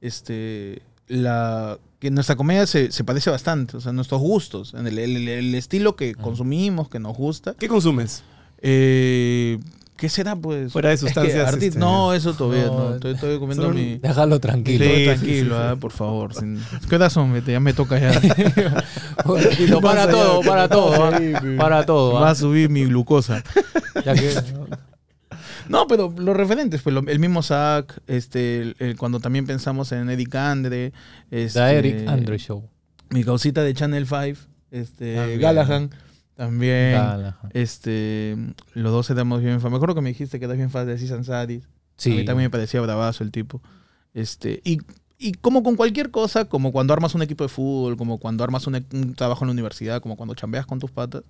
este la que nuestra comedia se, se parece bastante, o sea, nuestros gustos, en el, el- el estilo que consumimos, que nos gusta.
¿Qué consumes?
Eh, ¿Qué será, pues?
Fuera de
Es que
sustancias,
arti-
este,
No, eso todavía no.
no,
Estoy, estoy comiendo
son-
mi.
Déjalo tranquilo.
Todo
sí, sí,
tranquilo,
sí.
ah, por favor. sin- ¿Qué horas son, Vete? Ya me toca ya.
Gordito, para
Más allá
todo,
de-
para todo, ah,
Sí, mi-
para todo.
Va
ah.
a subir mi glucosa.
Ya que-
No, pero los referentes, pues lo- el mismo Zach, este, el- el- cuando también pensamos en Eric Andre, este,
The Eric Andre Show.
mi causita de Channel 5, este,
También.
Gallahan, también,
Gallahan.
este, los dos éramos bien fans. Me acuerdo que me dijiste que eras bien fan de Aziz Ansari. A mí
Sí.
también me parecía bravazo el tipo. Este, y, Y como con cualquier cosa, como cuando armas un equipo de fútbol, como cuando armas un, e- un trabajo en la universidad, como cuando chambeas con tus patas,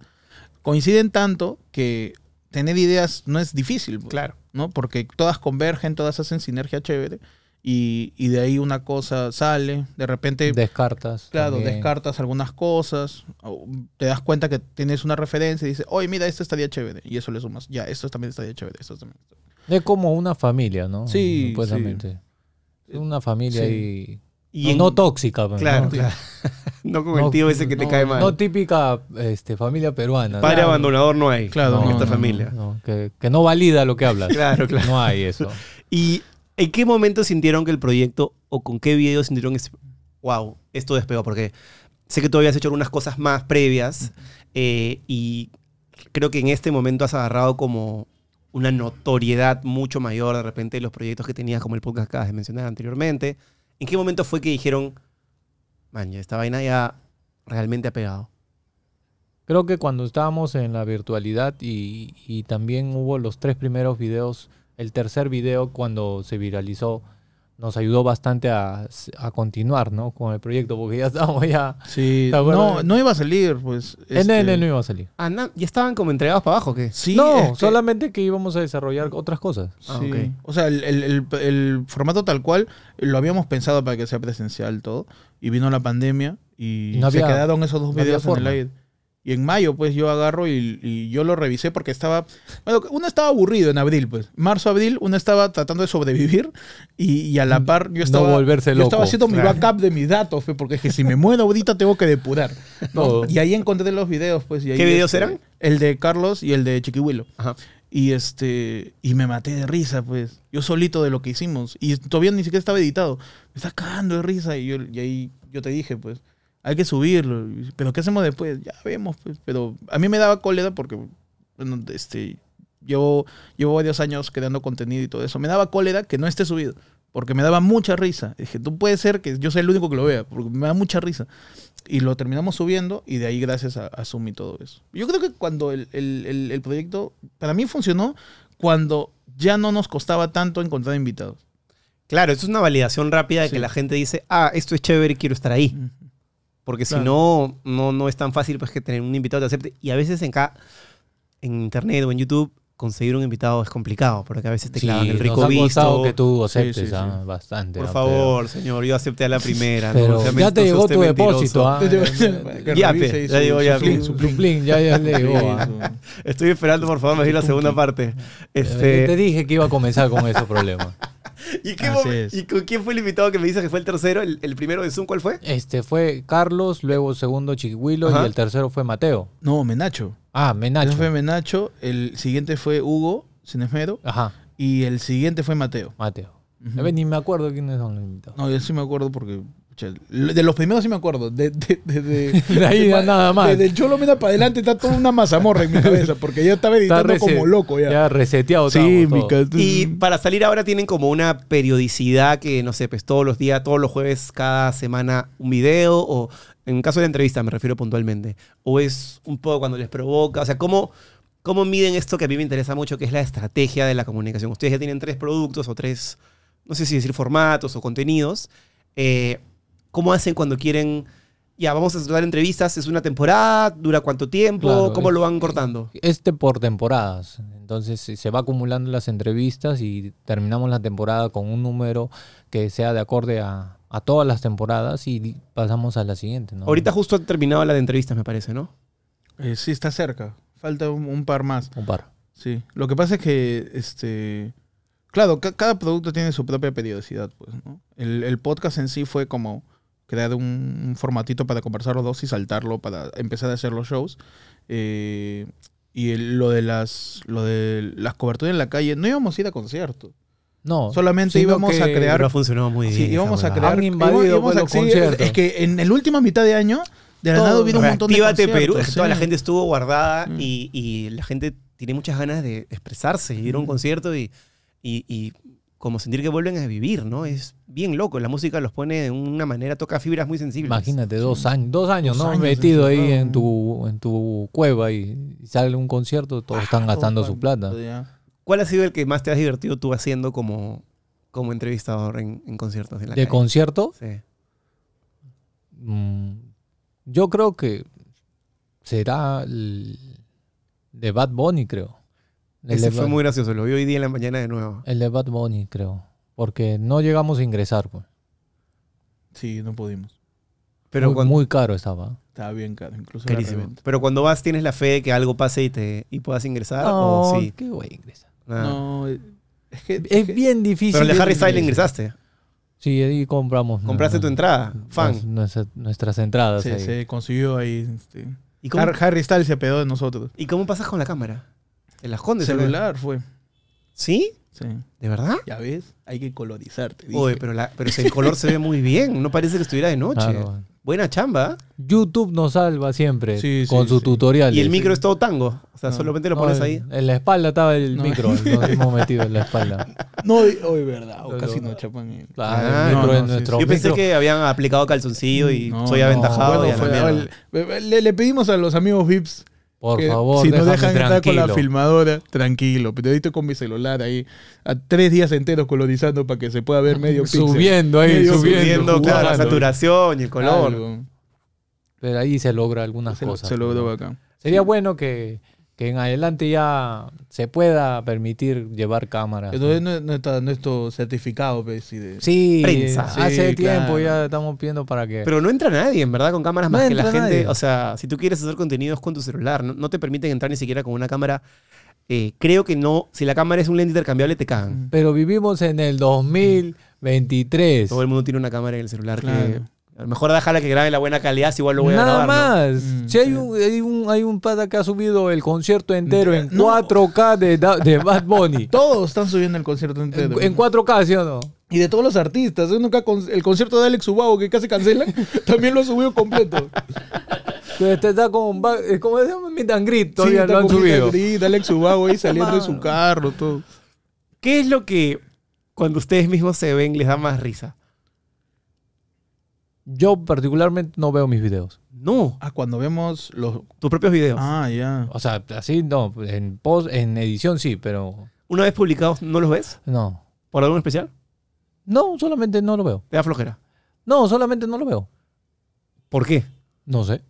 coinciden tanto que tener ideas no es difícil. pues,
Claro.
¿no? Porque todas convergen, todas hacen sinergia chévere y, y de ahí una cosa sale, de repente...
Descartas.
Claro,
también.
descartas algunas cosas, o te das cuenta que tienes una referencia y dices, oye, mira, esto estaría chévere. Y eso le sumas, ya, esto también estaría chévere, esto también.
Es como una familia, ¿no?
Sí,
Supuestamente. Es Una familia y.
Y
no,
en-
no tóxica, pues,
Claro,
¿no?
claro. No con
No,
el tío ese que te
no,
cae mal.
No típica este, familia peruana.
Padre
Claro.
abandonador no hay
Claro,
en
no,
esta
no,
familia.
No, que, que no valida lo que hablas.
Claro, claro.
No hay eso.
¿Y en qué momento sintieron que el proyecto o con qué video sintieron ese, wow, esto despegó? Porque sé que tú habías hecho algunas cosas más previas eh, y creo que en este momento has agarrado como una notoriedad mucho mayor de repente de los proyectos que tenías como el podcast que acabas de mencionar anteriormente. ¿En qué momento fue que dijeron, man, ya esta vaina ya realmente ha pegado?
Creo que cuando estábamos en la virtualidad y, y también hubo los tres primeros videos, el tercer video cuando se viralizó, nos ayudó bastante a, a continuar ¿no? con el proyecto, porque ya estábamos ya...
Sí,
¿Te acuerdas?
no, no iba a salir, pues.
En
este-
él no iba a salir.
Ah, na- ya estaban como entregados para abajo, o ¿qué?
Sí,
no,
es que-
solamente que íbamos a desarrollar otras cosas.
sí.
Ah, ok.
O sea, el, el- el- el formato tal cual lo habíamos pensado para que sea presencial todo. Y vino la pandemia y,
Y no
se
había-
quedaron esos dos
no había
videos en el
forma.
aire. Y en mayo, pues yo agarro y, y yo lo revisé porque estaba. Bueno, uno estaba aburrido en abril, pues. Marzo, abril, uno estaba tratando de sobrevivir y, y a la par yo
Mm, No
estaba.
volverse
Yo estaba
loco.
haciendo mi backup de mis datos, pues, porque es que si me muero ahorita tengo que depurar. ¿no?
Todo.
Y ahí encontré los videos, pues. y ahí,
¿Qué videos
este,
eran?
El de Carlos y el de Chiquihuilo.
Ajá.
Y este y me maté de risa, pues. Yo solito de lo que hicimos. Y todavía ni siquiera estaba editado. Me está cagando de risa. Y, yo, y ahí yo te dije, pues, hay que subirlo. Y, Pero ¿qué hacemos después? Ya vemos, pues. Pero a mí me daba cólera porque, bueno, este, llevo, llevo varios años creando contenido y todo eso. Me daba cólera que no esté subido. Porque me daba mucha risa. Dije, tú puede ser que yo sea el único que lo vea, porque me da mucha risa. Y lo terminamos subiendo y de ahí gracias a, a Zoom y todo eso. Yo creo que cuando el, el- el- el proyecto, para mí funcionó cuando ya no nos costaba tanto encontrar invitados.
Claro, eso es una validación rápida de
Sí.
que la gente dice, ah, esto es chévere, quiero estar ahí. Porque si no, no, no es tan fácil pues, que tener un invitado te acepte. Y a veces en, ca- en internet o en YouTube, conseguir un invitado es complicado, porque a veces te
Sí,
clavan este, el
nos
rico
ha
visto.
costado que tú aceptes
sí, sí.
ah, bastante.
Por
ah,
favor, señor, yo acepté a la primera.
Pero,
no sea
pero
men-
ya te
no sea
llegó
usted
tu
mentiroso.
depósito. ah,
Que
Ya,
revise
pe,
y
ya
su-
llegó,
su-
ya,
su-
pe.
su-
su plin, ya, ya le llegó. ah.
Estoy esperando, por favor, me di la segunda parte.
Te
Este,
dije que iba a comenzar con esos problemas.
¿y, qué
Así
mom-
es.
y con quién fue el invitado que me dices que fue el tercero? ¿El, el primero de Zoom cuál fue?
Este fue Carlos, luego segundo Chiquilo
Ajá.
y el tercero fue Mateo.
No, Menacho.
Ah,
Ese
Menacho.
fue Menacho. El siguiente fue Hugo Cinesmero.
Ajá,
Y el siguiente fue Mateo.
Mateo.
Ujú.
A ver, Ni me acuerdo quiénes son los invitados.
No, yo sí me acuerdo porque. pucha, De los primeros sí me acuerdo. De, de, de, de-
De ahí ya nada más.
Desde el Cholo Mena para adelante está toda una mazamorra en mi cabeza porque yo estaba
Está
editando
rese-
como loco ya.
Ya reseteado.
sí,
estábamos
mi
todos.
ca-
Y para salir ahora tienen como una periodicidad que, no sé, pues todos los días, todos los jueves, cada semana un video o en caso de la entrevista me refiero puntualmente. O es un poco cuando les provoca. O sea, ¿cómo, ¿cómo miden esto que a mí me interesa mucho, que es la estrategia de la comunicación? Ustedes ya tienen tres productos o tres, no sé si decir formatos o contenidos. Eh, ¿Cómo hacen cuando quieren... Ya, vamos a dar entrevistas, es una temporada, dura cuánto tiempo,
Claro,
cómo
es-
lo van cortando.
Este por temporadas. Entonces se- se va acumulando las entrevistas y terminamos la temporada con un número que sea de acorde a, a todas las temporadas y pasamos a la siguiente. ¿no?
Ahorita justo han terminado la de entrevistas, me parece, ¿no?
Eh, sí, está cerca. Falta un, un par más.
Un par.
Sí. Lo que pasa es que, este. Claro, ca- cada producto tiene su propia periodicidad, pues, ¿no? El, el podcast en sí fue como crear un, un formatito para conversar los dos y saltarlo para empezar a hacer los shows. Eh, y el- lo de las lo de las coberturas en la calle, no íbamos a ir a conciertos.
No.
Solamente
sino
íbamos a
que-
crear
Pero ha funcionado muy bien.
Sí,
esa
íbamos a
huevada.
crear.
Han invadido,
íbamos- íbamos
pues,
a-
los
sí,
conciertos.
Es que en la última mitad de año, de la
Todo.
nada vino un montón de
Reactívate
conciertos,
Perú, es que
sí.
toda la gente estuvo guardada
Mm.
y, y la gente tiene muchas ganas de expresarse y ir a un concierto y, y- y como sentir que vuelven a vivir, ¿no? Es bien loco, la música los pone de una manera, toca fibras muy sensibles.
Imagínate, dos años, dos años,
Dos
¿no?
años
Metido ahí
encerrado.
en tu, en tu cueva y, y sale un
Ah,
concierto, todos están gastando su plata.
Ya.
¿Cuál ha sido el que más te has divertido tú haciendo como, como entrevistador en, en conciertos. En la
¿De
calle.
concierto?
Sí.
Mm, yo creo que será el de Bad Bunny, creo. El
Ese
de
fue
Bad-
muy gracioso, lo vi hoy día en la mañana de nuevo.
el de Bad Bunny, creo. Porque no llegamos a ingresar, pues.
Sí, no pudimos.
Pero
muy,
cuando,
muy caro estaba.
Estaba bien caro, incluso la
carísimo.
reventa.
Pero cuando vas, ¿tienes la fe de que algo pase y, te, y puedas ingresar? ¿O
No,
¿Ah? Oh, sí?
qué güey ingresa.
Nada.
No, eh, es que...
Es bien difícil.
Pero el de Harry Styles
ingresar.
ingresaste.
Sí, ahí compramos.
Compraste tu entrada, fan.
nuestras- nuestras- nuestras entradas
Se,
ahí.
se consiguió ahí. este.
¿Y cómo,
Har- Harry Styles se pedó de nosotros.
¿Y cómo pasas con la cámara? ¿Te la escondes? o qué?
Celular fue.
¿Sí?
Sí.
¿De verdad?
Ya ves, hay que colonizarte. dije.
Oye, pero, la- pero el color se ve muy bien. No parece que estuviera de noche.
Claro.
Buena chamba. ¿eh?
YouTube nos salva siempre
Sí,
con
sí,
sus
sí.
tutoriales.
Y el micro es
este
todo tango. O sea,
No.
solamente lo
No,
pones
en-
ahí.
En la espalda estaba el
No.
micro, nos hemos metido en la espalda.
No, hoy verdad, o
Lo-
casi
lo-
no chapan. el-
Claro,
Ah,
el
no,
micro es
no, sí,
nuestro
sí.
Yo pensé
micro.
que habían aplicado calzoncillo y
No,
soy
no,
aventajado.
Ah, bueno,
y a la
fue-
mierda.
el- le, le pedimos a los amigos VIPs
Por
que
favor,
si nos
déjame
dejan entrar con
tranquilo.
la filmadora, tranquilo. Pero ahorita con mi celular ahí, a tres días enteros colonizando para que se pueda ver medio píxel.
Subiendo ahí,
Medio
subiendo,
Viendo, claro, la
jugando.
saturación y el color.
Algo.
Pero ahí se logra algunas
Se, lo-
cosas.
se logró acá.
Sería bueno que, que en adelante ya se pueda permitir llevar cámaras.
Entonces no, no está nuestro certificado, pues, sí, de-
Sí,
Prensa.
hace
Sí,
tiempo
claro.
ya estamos pidiendo para que...
Pero no entra nadie, en verdad, con cámaras
No
más que la
entra
gente.
nadie.
O sea, si tú quieres hacer contenidos con tu celular, no, no te permiten entrar ni siquiera con una cámara. Eh, creo que no. Si la cámara es un lente intercambiable, te cagan.
Pero vivimos en el 2023.
Todo el mundo tiene una cámara en el celular
Claro.
que. A lo mejor déjala que grabe la buena calidad, si igual lo voy a
Nada
grabar. ¿no?
más.
Mm,
si hay un, hay, un, hay un pata que ha subido el concierto entero en
No.
4K de, Da- de Bad Bunny.
Todos están subiendo el concierto
en,
entero.
en 4K, ¿sí o no?
Y de todos los artistas. ¿eh? Nunca con- el concierto de Alex Ubago, que casi cancelan, también lo subió completo.
Que este está con. ba- eh, ¿Cómo se llama? Meet and greet, todavía
está
lo han
con Peter
subido.
Green, Alex Ubago ahí saliendo de su carro, todo.
¿Qué es lo que cuando ustedes mismos se ven les da más risa?
Yo, particularmente, no veo mis videos.
No,
Ah, cuando vemos los...
tus propios videos.
Ah, ya.
O sea, así no. En, post, en edición sí, pero.
Una vez publicados, ¿no los ves?
No.
¿Por algún especial?
No, solamente no lo veo.
Te da flojera.
No, solamente no lo veo.
¿Por qué?
No sé.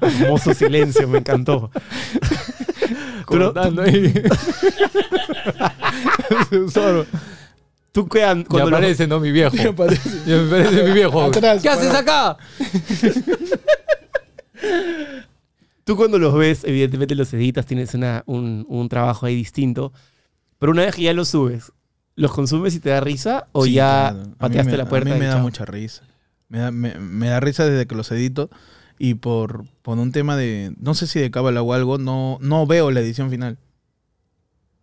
Hermoso silencio, me encantó. Tú no-
Cortando ahí.
Tú que an-
Me
cuando lo-
aparece, ¿no? Mi viejo.
Me parece.
Ya me parece mi viejo.
Atrás,
¿Qué haces acá?
Tú cuando los ves, evidentemente los editas, tienes una- un, un trabajo ahí distinto. Pero una vez que ya los subes, ¿los consumes y te da risa? ¿O
Sí,
ya
claro. A mí
pateaste
me-
la puerta?
A mí
y
me da
chao?
mucha risa. Me da, me, me da risa desde que los edito y por, por un tema de, no sé si de cábala o algo, no, no veo la edición final.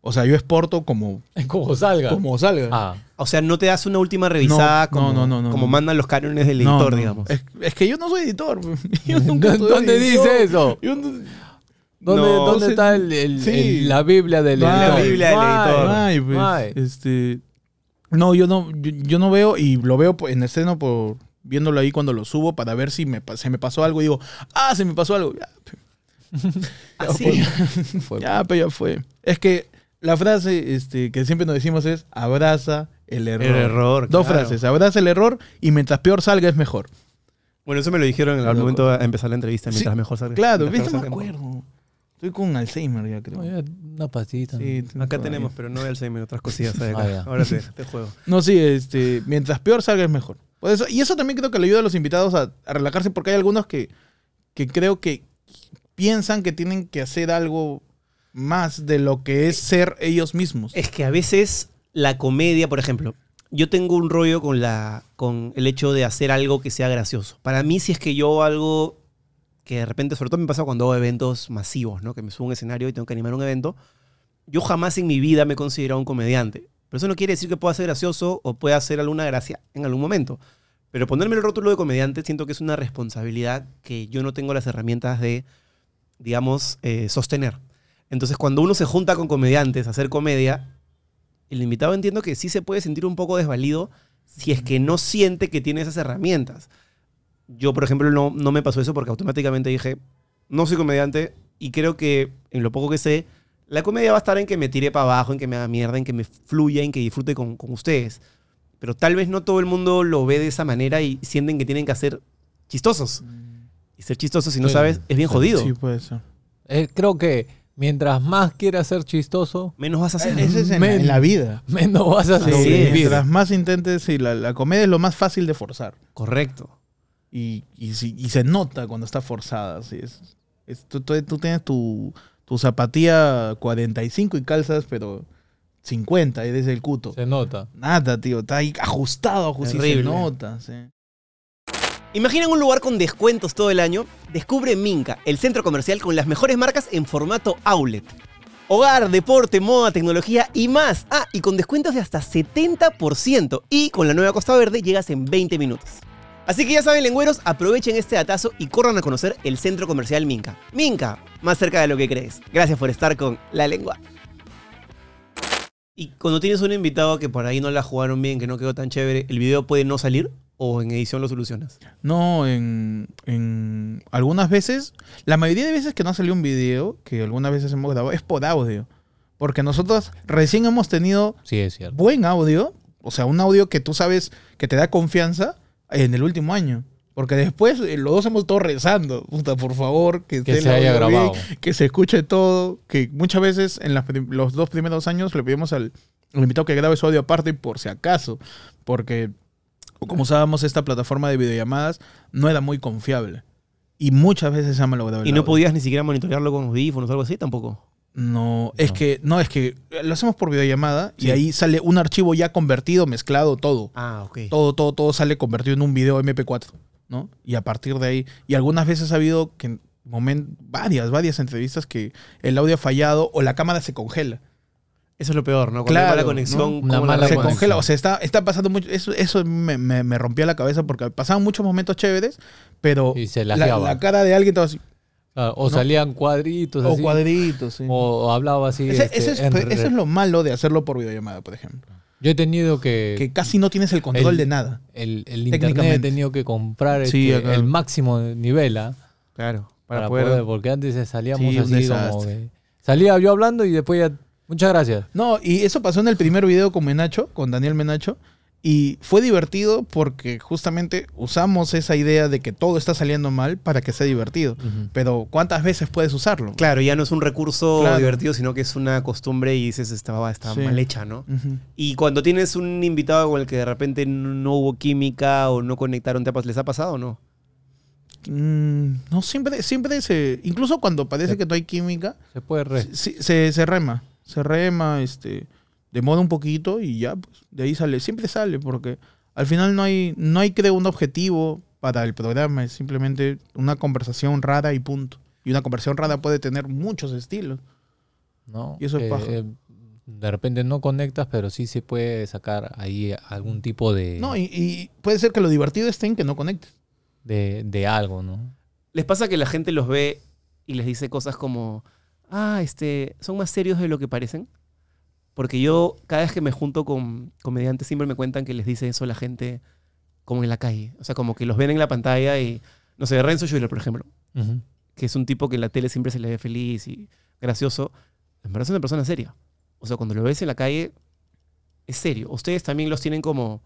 O sea, yo exporto como,
Como salga.
como salga.
Ah.
O sea, no te das una última revisada
No,
como,
no, no, no,
como
no.
mandan los cánones del
No,
editor,
no.
digamos.
Es, es que yo no soy editor. Yo nunca estudié
¿Dónde
edición.
dice eso?
Yo no-
¿Dónde,
No,
dónde
se-
está el, el-
sí.
el- la Biblia del
No hay.
editor?
La Biblia
del
No hay,
editor.
no
Ay,
hay,
pues,
no hay.
este, no, yo no, yo, yo no veo y lo veo por- en escena por viéndolo ahí cuando lo subo para ver si me, pa- se me pasó algo y digo, ah, se me pasó algo. Ya, pe-
Ah, sí.
Fue-
ya, pero ya fue. Es que la frase este, que siempre nos decimos es abraza el error.
El error,
Dos
claro.
frases, abraza el error y mientras peor salga es mejor.
Bueno, eso me lo dijeron al
Loco.
momento de empezar la entrevista,
Sí,
mientras mejor salga.
Claro,
mientras
¿viste?
peor
me
salga.
acuerdo. Estoy con Alzheimer ya creo.
Una pastita.
Sí,
Acá
todavía.
tenemos, pero no de Alzheimer, otras cosillas hay acá.
Ah, ya.
Ahora te, te juego.
No, sí, este, mientras peor salga es mejor. Por eso, y eso también creo que le ayuda a los invitados a, a relajarse, porque hay algunos que, que creo que piensan que tienen que hacer algo más de lo que es ser ellos mismos.
Es que a veces la comedia, por ejemplo, yo tengo un rollo con, la, con el hecho de hacer algo que sea gracioso. Para mí, si es que yo hago algo que de repente, sobre todo me pasa cuando hago eventos masivos, ¿no? Que me subo a un escenario y tengo que animar un evento. Yo jamás en mi vida me he considerado un comediante. Pero eso no quiere decir que pueda ser gracioso o pueda hacer alguna gracia en algún momento. Pero ponerme el rótulo de comediante siento que es una responsabilidad que yo no tengo las herramientas de, digamos, eh, sostener. Entonces, cuando uno se junta con comediantes a hacer comedia, el invitado entiendo que sí se puede sentir un poco desvalido si es que no siente que tiene esas herramientas. Yo, por ejemplo, no, no me pasó eso porque automáticamente dije, no soy comediante y creo que en lo poco que sé, la comedia va a estar en que me tire para abajo, en que me haga mierda, en que me fluya, en que disfrute con, con ustedes. Pero tal vez no todo el mundo lo ve de esa manera y sienten que tienen que hacer chistosos. Y ser chistosos si no
Sí.
sabes es bien jodido.
Sí, puede ser.
Eh, creo que mientras más quieras ser chistoso,
Menos vas a hacer.
Eso es en, la- en la vida.
menos vas a
Así
Sí,
sobrevivir.
es.
Mientras más intentes, sí, la, la comedia es lo más fácil de forzar.
Correcto.
Y, y, sí- y se nota cuando está forzada. Así es, Es- tú, tú- tú tienes tu, tu zapatilla 45 y calzas, pero 50, y desde el cuto.
Se nota.
Nada, tío, está ahí ajustado, ajustado. y Se
Terrible.
nota, sí.
Imaginan un lugar con descuentos todo el año. Descubre Minca, el centro comercial con las mejores marcas en formato outlet. Hogar, deporte, moda, tecnología y más. Ah, y con descuentos de hasta 70%. Y con la nueva Costa Verde llegas en 20 minutos. Así que ya saben, lengüeros, aprovechen este datazo y corran a conocer el centro comercial Minca. Minca, más cerca de lo que crees. Gracias por estar con La Lengua.
Y cuando tienes un invitado que por ahí no la jugaron bien, que no quedó tan chévere, ¿el video puede no salir o en edición lo solucionas?
No, en, en algunas veces, la mayoría de veces que no salió un video, que algunas veces hemos grabado, es por audio. Porque nosotros recién hemos tenido
Sí, es cierto.
buen audio, o sea, un audio que tú sabes que te da confianza en el último año. Porque después eh, los dos hemos estado rezando, puta, por favor, que,
Que
esté el
se haya
audio
grabado.
que se escuche todo, que muchas veces en las prim- los dos primeros años le pedimos al, al invitado que grabe su audio aparte por si acaso, porque como usábamos esta plataforma de videollamadas, no era muy confiable. Y muchas veces se ha malogrado el
Y no
audio.
podías ni siquiera monitorearlo con audífonos o algo así tampoco.
No, es
No.
que no es que eh, lo hacemos por videollamada y ahí sale un archivo ya convertido, mezclado, todo.
Ah, ok.
Todo, todo, todo sale convertido en un video MP4, ¿no? Y a partir de ahí, y algunas veces ha habido que en momen- varias, varias entrevistas que el audio ha fallado o la cámara se congela.
Eso es lo peor, ¿no? Cuando
Claro,
hay mala conexión,
¿no?
¿cómo
Una
la
mala
se
arreglas?
conexión.
congela, o sea, está, está pasando mucho, eso, eso me, me, me rompía la cabeza porque pasaban muchos momentos chéveres, pero
Y se
la,
lajeaba.
la cara de alguien estaba así,
Ah, O
No.
salían cuadritos
o
así,
cuadritos, sí.
o hablaba así.
Ese-
este,
ese es-
en
eso
re-
es lo malo de hacerlo por videollamada, por ejemplo.
Yo he tenido que...
que casi no tienes el control
el-
de nada.
el, el internet
Técnicamente.
he tenido que comprar
Sí,
este,
acá.
el máximo nivel, ¿ah?
Claro,
Para,
para,
poder...
poder...
Porque antes salíamos
Sí, un
así como
desastre.
de- Salía yo hablando y después ya... Muchas gracias.
No, y eso pasó en el primer video con Menacho, con Daniel Menacho, y fue divertido porque justamente usamos esa idea de que todo está saliendo mal para que sea divertido. Pero ¿cuántas veces puedes usarlo?
Claro, ya no es un recurso
Claro.
divertido, sino que es una costumbre y dices, esta baba está
Sí.
mal hecha, ¿no?
Ujú.
Y cuando tienes un invitado con el que de repente no hubo química o no conectaron tapas, ¿les ha pasado o no?
Mm, no, siempre, siempre se. Incluso cuando parece que no hay química,
Se puede... re-
se, se- se rema. Se rema, este. Demora un poquito y ya, pues, de ahí sale. Siempre sale, porque al final no hay, no hay creo, un objetivo para el programa. Es simplemente una conversación rara y punto. Y una conversación rara puede tener muchos estilos.
¿no? Eh,
Y eso es paja.
de repente no conectas, pero sí se puede sacar ahí algún tipo de,
No, y, y puede ser que lo divertido esté en que no conectes.
de, de algo, ¿no?
¿Les pasa que la gente los ve y les dice cosas como, ah, este, son más serios de lo que parecen? Porque yo, cada vez que me junto con comediantes, siempre me cuentan que les dice eso la gente como en la calle. O sea, como que los ven en la pantalla y, no sé, Renzo Schuller, por ejemplo,
Ujú.
que es un tipo que en la tele siempre se le ve feliz y gracioso, en verdad es una persona seria. O sea, cuando lo ves en la calle, es serio. Ustedes también los tienen como,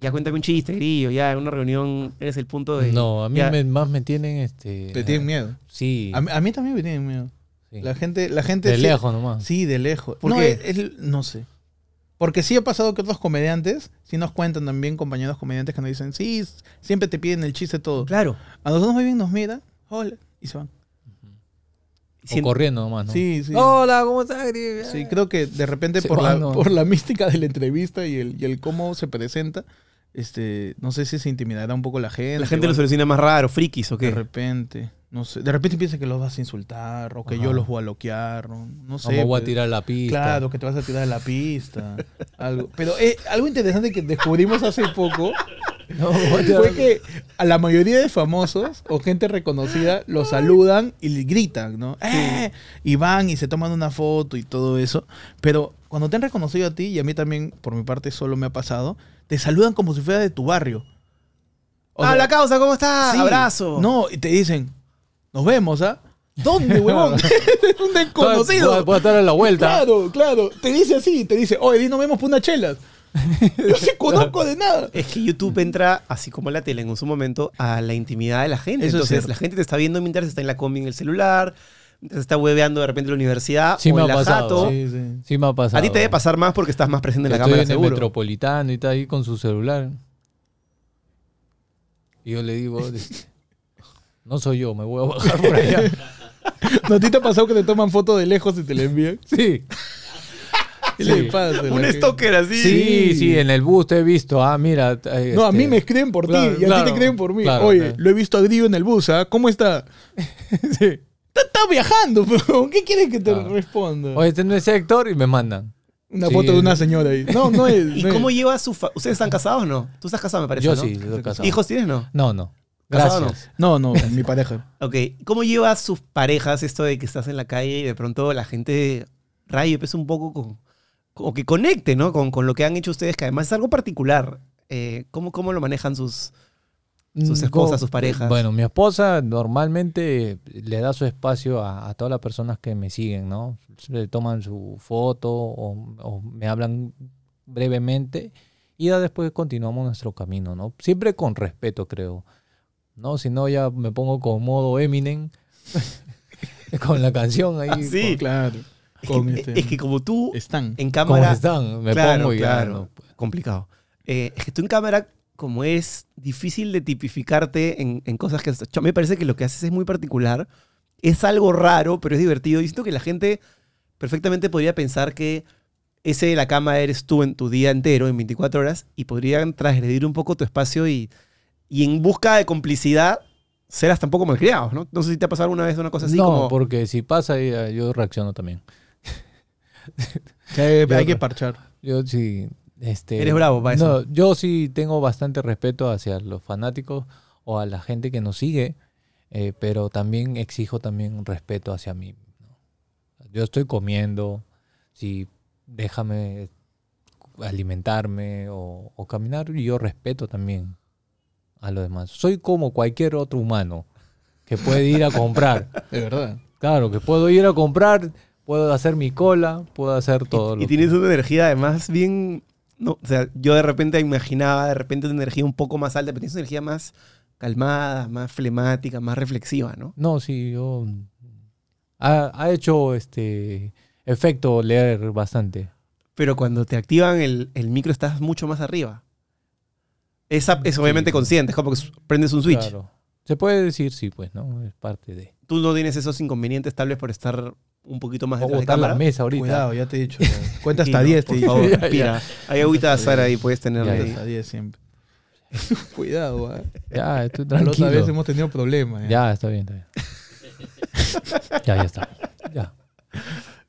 ya cuéntame un chiste, grillo, ya en una reunión eres el punto de...
No, a mí
ya.
me- más me tienen este...
Te tienen miedo.
Sí.
A, mí- a mí también me tienen miedo.
sí.
La gente. La gente
de
sí-
lejos nomás.
Sí, de lejos.
¿Por
no,
qué?
es- es- no sé. Porque sí ha pasado que otros comediantes, sí nos cuentan también compañeros comediantes que nos dicen, sí, s- siempre te piden el chiste todo.
Claro.
A nosotros muy bien nos mira, hola, y se van.
O
Sien-
corriendo nomás, ¿no?
Sí, sí.
Hola, ¿cómo estás? Gris?
Sí, creo que de repente
Se
por, la,
van, ¿no?
por la mística de la entrevista y el, y el cómo se presenta, este, no sé si se intimidará un poco la gente.
La gente
o
los
algo.
alucina más raro, frikis o
De
qué.
repente, no sé. De repente piensa que los vas a insultar o que
Ajá.
yo los voy a loquear, o no sé.
Como voy a
pues.
tirar la pista.
Claro, que te vas a tirar de la pista. algo. Pero eh, algo interesante que descubrimos hace poco
No, voy a tirar-
fue que a la mayoría de famosos o gente reconocida los saludan y le gritan, ¿no? ¡Eh! Y van y se toman una foto y todo eso. Pero cuando te han reconocido a ti, y a mí también, por mi parte, solo me ha pasado, te saludan como si fuera de tu barrio. O
ah,
sea,
la causa, ¿cómo estás?
sí.
Abrazo.
No, y te dicen, nos vemos, ¿ah? ¿Dónde, huevón? es un
Voy a-
desconocido.
voy a estar a la vuelta.
Claro, claro. Te dice así, te dice, oye, di, nos vemos por una chela. No se conozco de nada.
Es que YouTube entra, así como la tele en su momento, a la intimidad de la gente.
Eso es
Entonces,
cierto.
la gente te está viendo mientras está en la combi en el celular, mientras está hueveando de repente en la universidad
Sí
o en
me ha
la
pasado,
jato.
Sí, sí.
Sí me ha pasado. ¿eh?
A ti te debe pasar más porque estás más presente en la
Estoy
cámara,
en el
seguro.
metropolitano y está ahí con su celular. Y yo le digo, este, no soy yo, me voy a bajar por allá.
¿No a ti te ha pasado que te toman foto de lejos y te la envían?
Sí.
¿Qué
Sí.
le pasa? a la
Un
gente?
stalker así.
Sí, sí, en el bus te he visto. Ah, mira. eh,
No, a
este,
mí me escriben por
claro,
ti y a
claro,
ti te escriben por mí.
claro,
Oye,
claro.
lo he visto a Grillo en el bus, ¿ah? ¿Cómo está?
sí.
Está, está viajando, pero ¿qué quieres que te
Ah.
responda?
Oye, este no es sector y me mandan.
una
sí.
foto de una señora ahí. No, no es.
¿Y
no es.
cómo lleva su fa- ¿Ustedes están casados o no? Tú estás casado, me parece.
Yo
¿no?
sí, estoy casado.
¿Hijos tienes no?
No, no.
¿Casado
Gracias.
No, no, mi pareja.
Ok, ¿cómo lleva a sus parejas esto de que estás en la calle y de pronto la gente rayo pesa un poco con, o que conecte, ¿no? Con, con lo que han hecho ustedes, que además es algo particular. Eh, ¿cómo, ¿Cómo lo manejan sus...? Sus
Mm,
esposas,
co-
sus parejas.
Bueno, mi esposa normalmente le da su espacio a, a todas las personas que me siguen, ¿no? Le toman su foto o, o me hablan brevemente y ya después continuamos nuestro camino, ¿no? Siempre con respeto, creo. ¿No? Si no, ya me pongo con modo Eminem. con la canción ahí.
sí,
Claro.
Es
Con
que,
este-
es que como tú
Están.
en
con- como
cámara...
están, me
Claro,
pongo y pues. ya,
claro.
¿no?
Complicado. Eh, es que tú en cámara, como es difícil de tipificarte en, en cosas que... has hecho, Me parece que lo que haces es muy particular. Es algo raro, pero es divertido. Y siento que la gente perfectamente podría pensar que ese de la cama eres tú en tu día entero, en 24 horas, y podrían transgredir un poco tu espacio y, y en busca de complicidad ser hasta un poco malcriados, ¿no? No sé si te ha pasado alguna vez una cosa así
no,
como...
porque si pasa, ya- yo reacciono también.
hay que parchar.
Yo sí. Este,
Eres bravo para eso.
No, yo sí tengo bastante respeto hacia los fanáticos o a la gente que nos sigue, eh, pero también exijo también un respeto hacia mí. ¿no? Yo estoy comiendo, si déjame alimentarme o, o caminar, y yo respeto también a los demás. Soy como cualquier otro humano que puede ir a comprar.
De verdad.
Claro, que puedo ir a comprar, puedo hacer mi cola, puedo hacer todo.
Y
lo
tienes
que-
una energía además bien... No, o sea, yo de repente imaginaba de repente una energía un poco más alta, pero tienes una energía más calmada, más flemática, más reflexiva, ¿no?
No, sí, yo. Ha, ha hecho este efecto leer bastante.
Pero cuando te activan el, el micro estás mucho más arriba. Esa, es
Sí.
obviamente consciente, es como que su- prendes un switch.
Claro. Se puede decir, sí, pues, ¿no? Es parte de.
Tú no tienes esos inconvenientes tal vez por estar un poquito más
Voy a
detrás de
botar la
cámara.
mesa ahorita.
Ah, Cuidado, ya te he dicho. ya. Cuenta
Tranquilo,
hasta 10, te
por
he dicho.
favor,
Ya, ya.
respira. Hay agüita de azar ahí, puedes tenerla
Ya,
Cuenta
ahí.
hasta 10 siempre. Cuidado, ¿ah?
Ya, estoy
La otra vez
tranquilo.
hemos tenido problemas. ¿eh?
Ya, está bien, está bien. ya, ya está. Ya.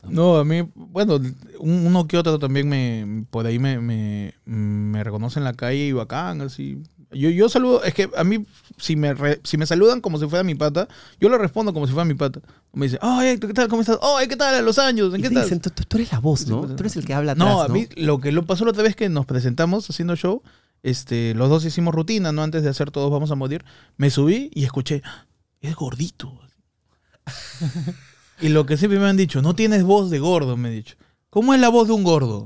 No, a mí, bueno, un- uno que otro también me, por ahí me, me, me reconoce en la calle y bacán, así. Yo, yo saludo, es que a mí, si me, re- si me saludan como si fuera mi pata, yo le respondo como si fuera mi pata. Me dice, oh, Héctor, ¿qué tal? ¿Cómo estás? Oh, ¿qué tal? ¿A los años? ¿En
Y
qué
te
estás?
dicen, tú, tú- tú eres la voz, ¿no?
Sí, pues,
Tú eres el que habla atrás,
No,
¿no?
a mí lo que lo pasó la otra vez que nos presentamos haciendo show, este, los dos hicimos rutina, ¿no? Antes de hacer todos vamos a morir, me subí y escuché, "Ah, es gordito. y lo que siempre me han dicho, no tienes voz de gordo, me han dicho. ¿Cómo es la voz de un gordo?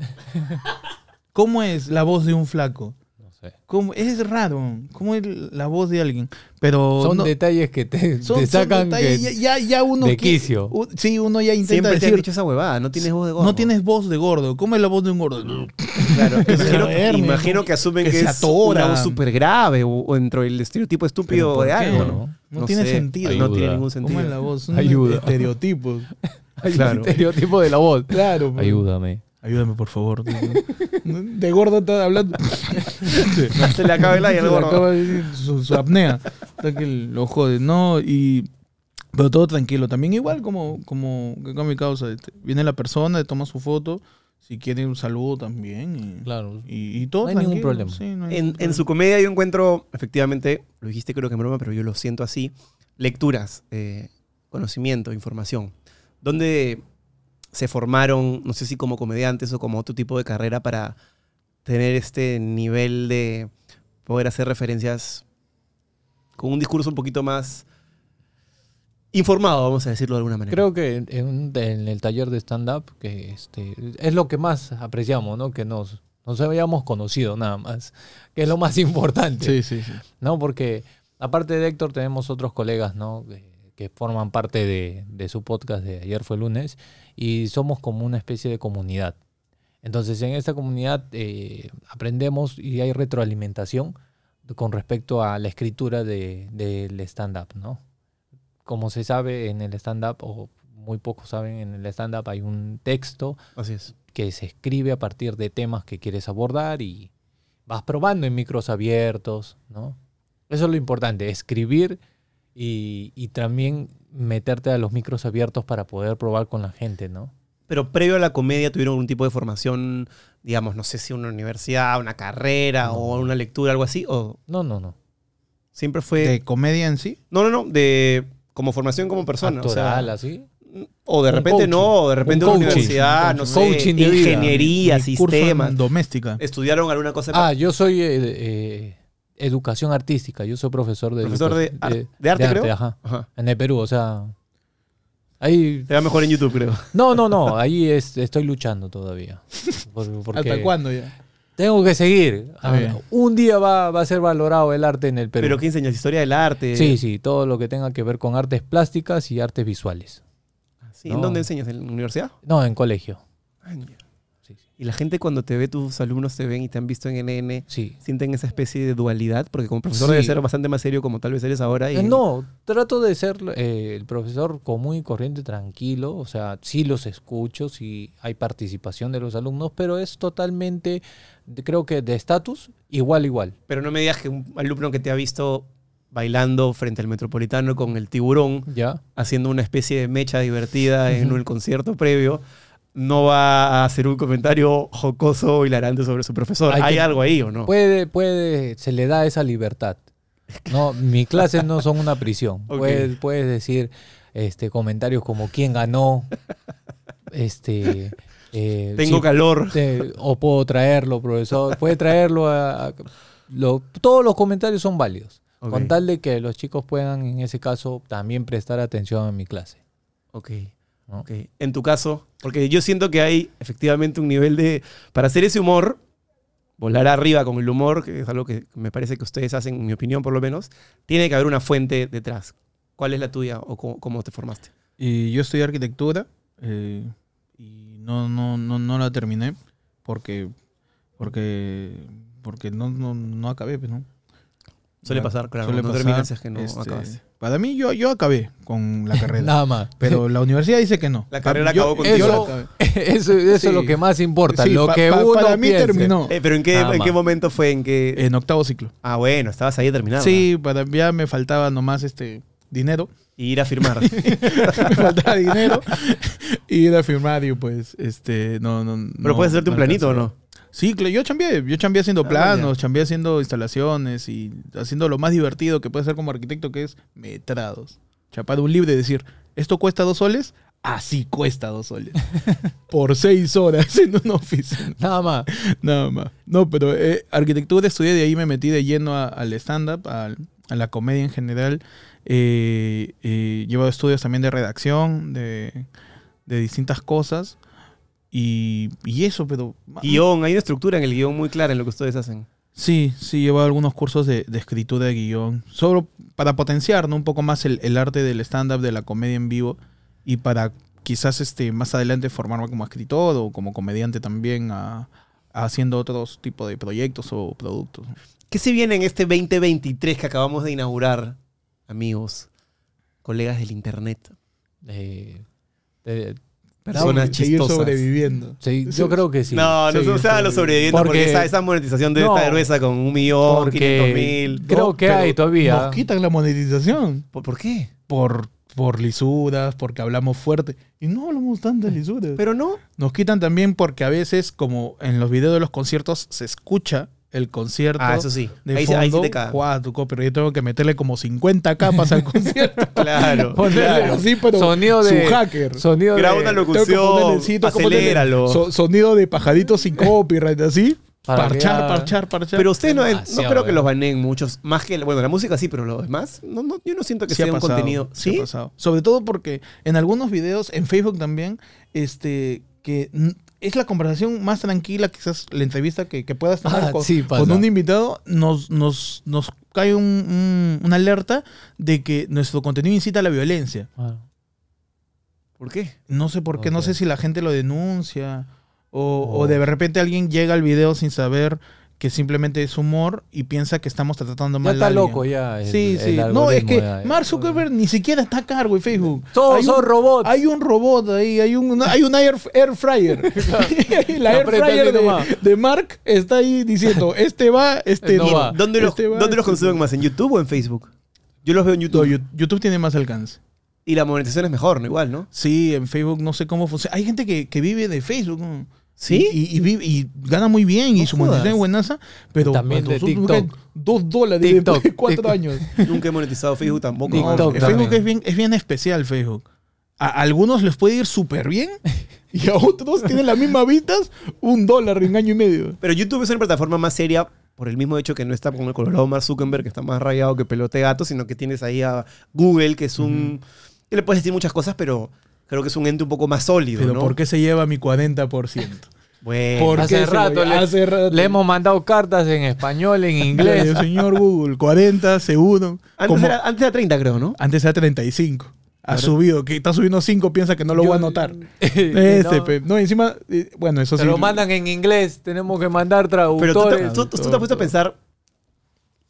¿Cómo es la voz de un flaco?
No sé.
¿Cómo- es raro, ¿cómo es la voz de alguien? Pero
Son
no-
detalles que te,
son-
te
son
sacan.
detalles,
que-
ya, ya- ya uno
de
que-
quicio.
u- sí, uno ya intenta
Siempre te han
decir,
dicho esa huevada, no tienes voz de gordo.
no tienes voz de gordo, ¿cómo es la voz de un gordo?
Claro,
Imagino-
imagino,
imagino
que asumen que,
que es
es una
una voz
súper grave o, dentro del estereotipo estúpido de algo,
algo,
¿no?
¿no?
No, tiene
sé,
sentido.
No tiene
Ayuda.
ningún
¿Cómo es la
sentido.
voz? Son
Ayuda.
Estereotipos.
Hay un
claro.
estereotipo de la voz.
Claro. pues.
Ayúdame.
Ayúdame, por favor. De gordo está hablando.
Se le acaba el
Se
aire
le
al gordo.
acaba de decir su, su apnea. Está que lo jode. No, y... Pero todo tranquilo. También igual como, como con mi causa. este, viene la persona, toma su foto. Si quiere un saludo también. Y,
Claro.
y, y todo
No hay ningún
tranquilo,
problema.
sí, no hay
En,
ningún
en su comedia yo encuentro, efectivamente, lo dijiste creo que en broma, pero yo lo siento así, lecturas, eh, conocimiento, información. ¿Dónde se formaron, no sé si como comediantes o como otro tipo de carrera para tener este nivel de poder hacer referencias con un discurso un poquito más informado, vamos a decirlo de alguna manera.
Creo que en, en un- en el taller de stand-up, que este, es lo que más apreciamos, ¿no? Que nos, nos habíamos conocido nada más, que es lo más importante,
Sí, sí, sí.
¿no? Porque aparte de Héctor tenemos otros colegas, ¿no? Que, que forman parte de, de su podcast de ayer fue lunes y somos como una especie de comunidad. Entonces en esta comunidad eh, aprendemos y hay retroalimentación con respecto a la escritura de- del stand-up, ¿no? como se sabe en el stand-up, o muy pocos saben, en el stand-up hay un texto
Así es.
que se escribe a partir de temas que quieres abordar y vas probando en micros abiertos, ¿no? Eso es lo importante, escribir y, y también meterte a los micros abiertos para poder probar con la gente, ¿no?
Pero previo a la comedia tuvieron algún tipo de formación, digamos, no sé si una universidad, una carrera o una lectura, algo así, o
No, no, no.
siempre fue...
¿De comedia en sí?
No, no, no, de como formación como persona. o sea,
Actoral, así.
O de
Un
repente
coaching.
no, o de repente
Un
una
coaching.
universidad, Ah, no sé,
Coaching de vida.
ingeniería,
Mi curso en
sistemas.
Doméstica.
Estudiaron alguna cosa.
Ah, yo soy eh, de- eh, educación artística, yo soy profesor de...
Profesor de
educa-
ar- de arte, creo.
ajá.
Ajá.
En el Perú, o sea... Hay
Te va mejor en YouTube, creo.
No, no, no, ahí es- estoy luchando todavía. Por- porque
¿Hasta cuándo ya?
Tengo que seguir.
Ah, bien.
un día va, va a ser valorado el arte en el Perú.
Pero, ¿qué enseñas? Historia del arte.
sí, sí, todo lo que tenga que ver con artes plásticas y artes visuales.
Sí, ¿En
No.
dónde enseñas? ¿En la universidad?
No, en colegio. Sí, sí.
Y la gente cuando te ve, tus alumnos te ven y te han visto en NN,
Sí.
sienten esa especie de dualidad, porque como profesor
Sí.
debe ser bastante más serio como tal vez eres ahora. Y,
Eh, No, trato de ser eh, el profesor común y corriente, tranquilo. O sea, sí los escucho, sí hay participación de los alumnos, pero es totalmente, de- creo que de estatus, igual, igual.
Pero no me digas que un alumno que te ha visto bailando frente al metropolitano con el tiburón,
¿Ya?
haciendo una especie de mecha divertida en un concierto previo, no va a hacer un comentario jocoso o hilarante sobre su profesor.
Hay
¿Hay,
que-
algo ahí o no?
Puede, puede, se le da esa libertad. No, mis clases no son una prisión.
Ok.
Puedes, puedes decir este, comentarios como quién ganó, este, eh,
Tengo
sí,
calor.
te- o puedo traerlo, profesor. Puede traerlo. a- a- lo- todos los comentarios son válidos.
Ok.
Con tal de que los chicos puedan, en ese caso, también prestar atención en mi clase.
Ok.
¿no?
Ok. En tu caso, porque yo siento que hay efectivamente un nivel de. Para hacer ese humor, volar arriba con el humor, que es algo que me parece que ustedes hacen, en mi opinión por lo menos, tiene que haber una fuente detrás. ¿Cuál es la tuya o cómo, cómo te formaste?
Y yo estudié arquitectura eh, y no, no, no, no la terminé porque porque porque no, no, no acabé, pues, ¿no?
Suele
Ya,
pasar, claro.
suele
no
pasar,
terminas, es que no
este,
acabas.
Para mí yo, yo acabé con la carrera.
Nada más.
Pero la universidad dice que no.
La carrera
Yo-
acabó
yo
contigo.
la
Eso,
acabé.
eso, eso es lo
Sí.
que más importa.
Sí,
lo
pa-
que
pa-
uno
para mí
piense.
terminó
Eh, pero ¿en qué,
Nada
¿en qué
más.
momento fue? ¿En qué?
en octavo ciclo.
Ah, bueno, estabas ahí terminado.
Sí, para ya me faltaba nomás este dinero.
Y ir a firmar.
me faltaba dinero y ir a firmar y pues este no no
Pero puedes hacerte un planito o no.
Sí, cl- yo chambeé, yo chambeé haciendo
Ah,
planos, chambeé haciendo instalaciones y haciendo lo más divertido que puede ser como arquitecto, que es metrados. Chapar un libro y decir, ¿esto cuesta dos soles? Así cuesta dos soles. Por seis horas en una oficina.
Nada más.
Nada más. No, pero eh, arquitectura estudié, de ahí me metí de lleno a- al stand-up, al- a la comedia en general. Eh, eh, llevo estudios también de redacción, de, de distintas cosas. Y, y eso, pero...
guión, hay una estructura en el guión muy clara en lo que ustedes hacen.
Sí, sí, llevo algunos cursos de, de escritura de guión. Solo para potenciar ¿no? un poco más el, el arte del stand-up, de la comedia en vivo. Y para quizás este, más adelante formarme como escritor o como comediante también a- a haciendo otros tipos de proyectos o productos.
¿Qué se viene en este 2023 que acabamos de inaugurar, amigos, colegas del internet,
Eh, eh,
personas chistosas?
sobreviviendo.
sí, yo creo que sí.
No, no
Sí,
se usaban los
sí.
sobrevivientes porque,
Porque-
esa, esa monetización debe
No.
estar gruesa con un millón, quinientos
Porque
mil.
creo que hay todavía.
Nos quitan la monetización
¿Por, por qué?
por, por lisuras, porque hablamos fuerte. Y no hablamos tantas lisuras.
Pero no.
Nos quitan también porque a veces, como en los videos de los conciertos, se escucha el concierto.
Ah, eso sí.
de
Ahí, se-
fondo,
ahí sí te cagan.
guau, tuco, pero yo tengo que meterle como 50 capas al concierto.
Claro.
Ponerle
Claro.
así, pero
Sonido de-
su hacker.
Sonido
Graba
de-
una
Tengo que
locución,
ponerle- sí, tengo que ponerle
aceléralo.
so- sonido de pajarito sin copyright, así.
Para que
parchar,
ya-
parchar, parchar.
Pero ustedes no, no
Demasiado,
creo que
weón.
los baneen muchos. Más que, bueno, la música sí, pero lo demás, no, no, yo no siento que
Sí ha
sea un
pasado,
contenido.
sí ha
¿Sí?
pasado. Sobre todo porque en algunos videos, en Facebook también, este, que n- es la conversación más tranquila, quizás la entrevista que, que puedas tener
Ah,
con,
sí, pasa.
con un invitado, nos, nos, nos cae un- un- una alerta de que nuestro contenido incita a la violencia.
Ah.
¿Por qué?
No sé por qué, no
Ok.
sé si la gente lo denuncia o, o
Oh.
de repente alguien llega al video sin saber que simplemente es humor y piensa que estamos tratando
Ya
mal a
está
alguien.
loco ya. el-
sí,
el
sí. No, es
algoritmo
que
ya. eh.
Mark Zuckerberg ni siquiera está a cargo de Facebook.
Todos
Hay un-
son robots.
Hay un robot ahí, hay un, hay un air, air fryer. la air
Apriétale
fryer
nomás.
de, de Mark está ahí diciendo, este va, este
No
no,
va.
¿Dónde los,
Este va,
dónde los
este
consumen más? ¿En YouTube o en Facebook? Yo los veo en
No,
YouTube.
Yu- YouTube tiene más alcance.
Y la monetización es mejor, ¿no? Igual, ¿no?
Sí, en Facebook no sé cómo funciona. Hay gente que, que vive de Facebook. ¿no?
¿Sí?
Y, y vive- y gana muy bien y su
jodas.
monetización es buenaza, pero
También
cuando
de
son- creo que
TikTok.
dos dólares
TikTok,
después de cuatro
TikTok.
años.
Nunca he monetizado Facebook tampoco.
TikTok
No, Facebook
también.
es bien, es bien especial, Facebook. A algunos les puede ir súper bien y a otros tienen las mismas vistas, un dólar en año y medio.
Pero YouTube es una plataforma más seria por el mismo hecho que no está con el colorado Mark Zuckerberg, que está más rayado que pelote gato, sino que tienes ahí a Google, que es un... que le puedes decir muchas cosas, pero creo que es un ente un poco más sólido,
Pero
¿no?
¿por qué se lleva mi 40%?
Bueno,
¿Por qué
Hace
se
rato,
voy-
le,
hace rato?
le hemos mandado cartas en español, en inglés. Ah,
Claro, señor Google, 40, seguro.
antes,
Como-
era, antes era 30, creo, ¿no?
antes era 35. Ha subido, que está subiendo 5, piensa que no lo
Yo-
voy a notar.
Eh,
Este,
no,
pe- no, encima, eh, bueno, eso
Te
sí.
lo mandan en inglés, tenemos que mandar
Pero tú te-
traductores.
tú, tú te has puesto a pensar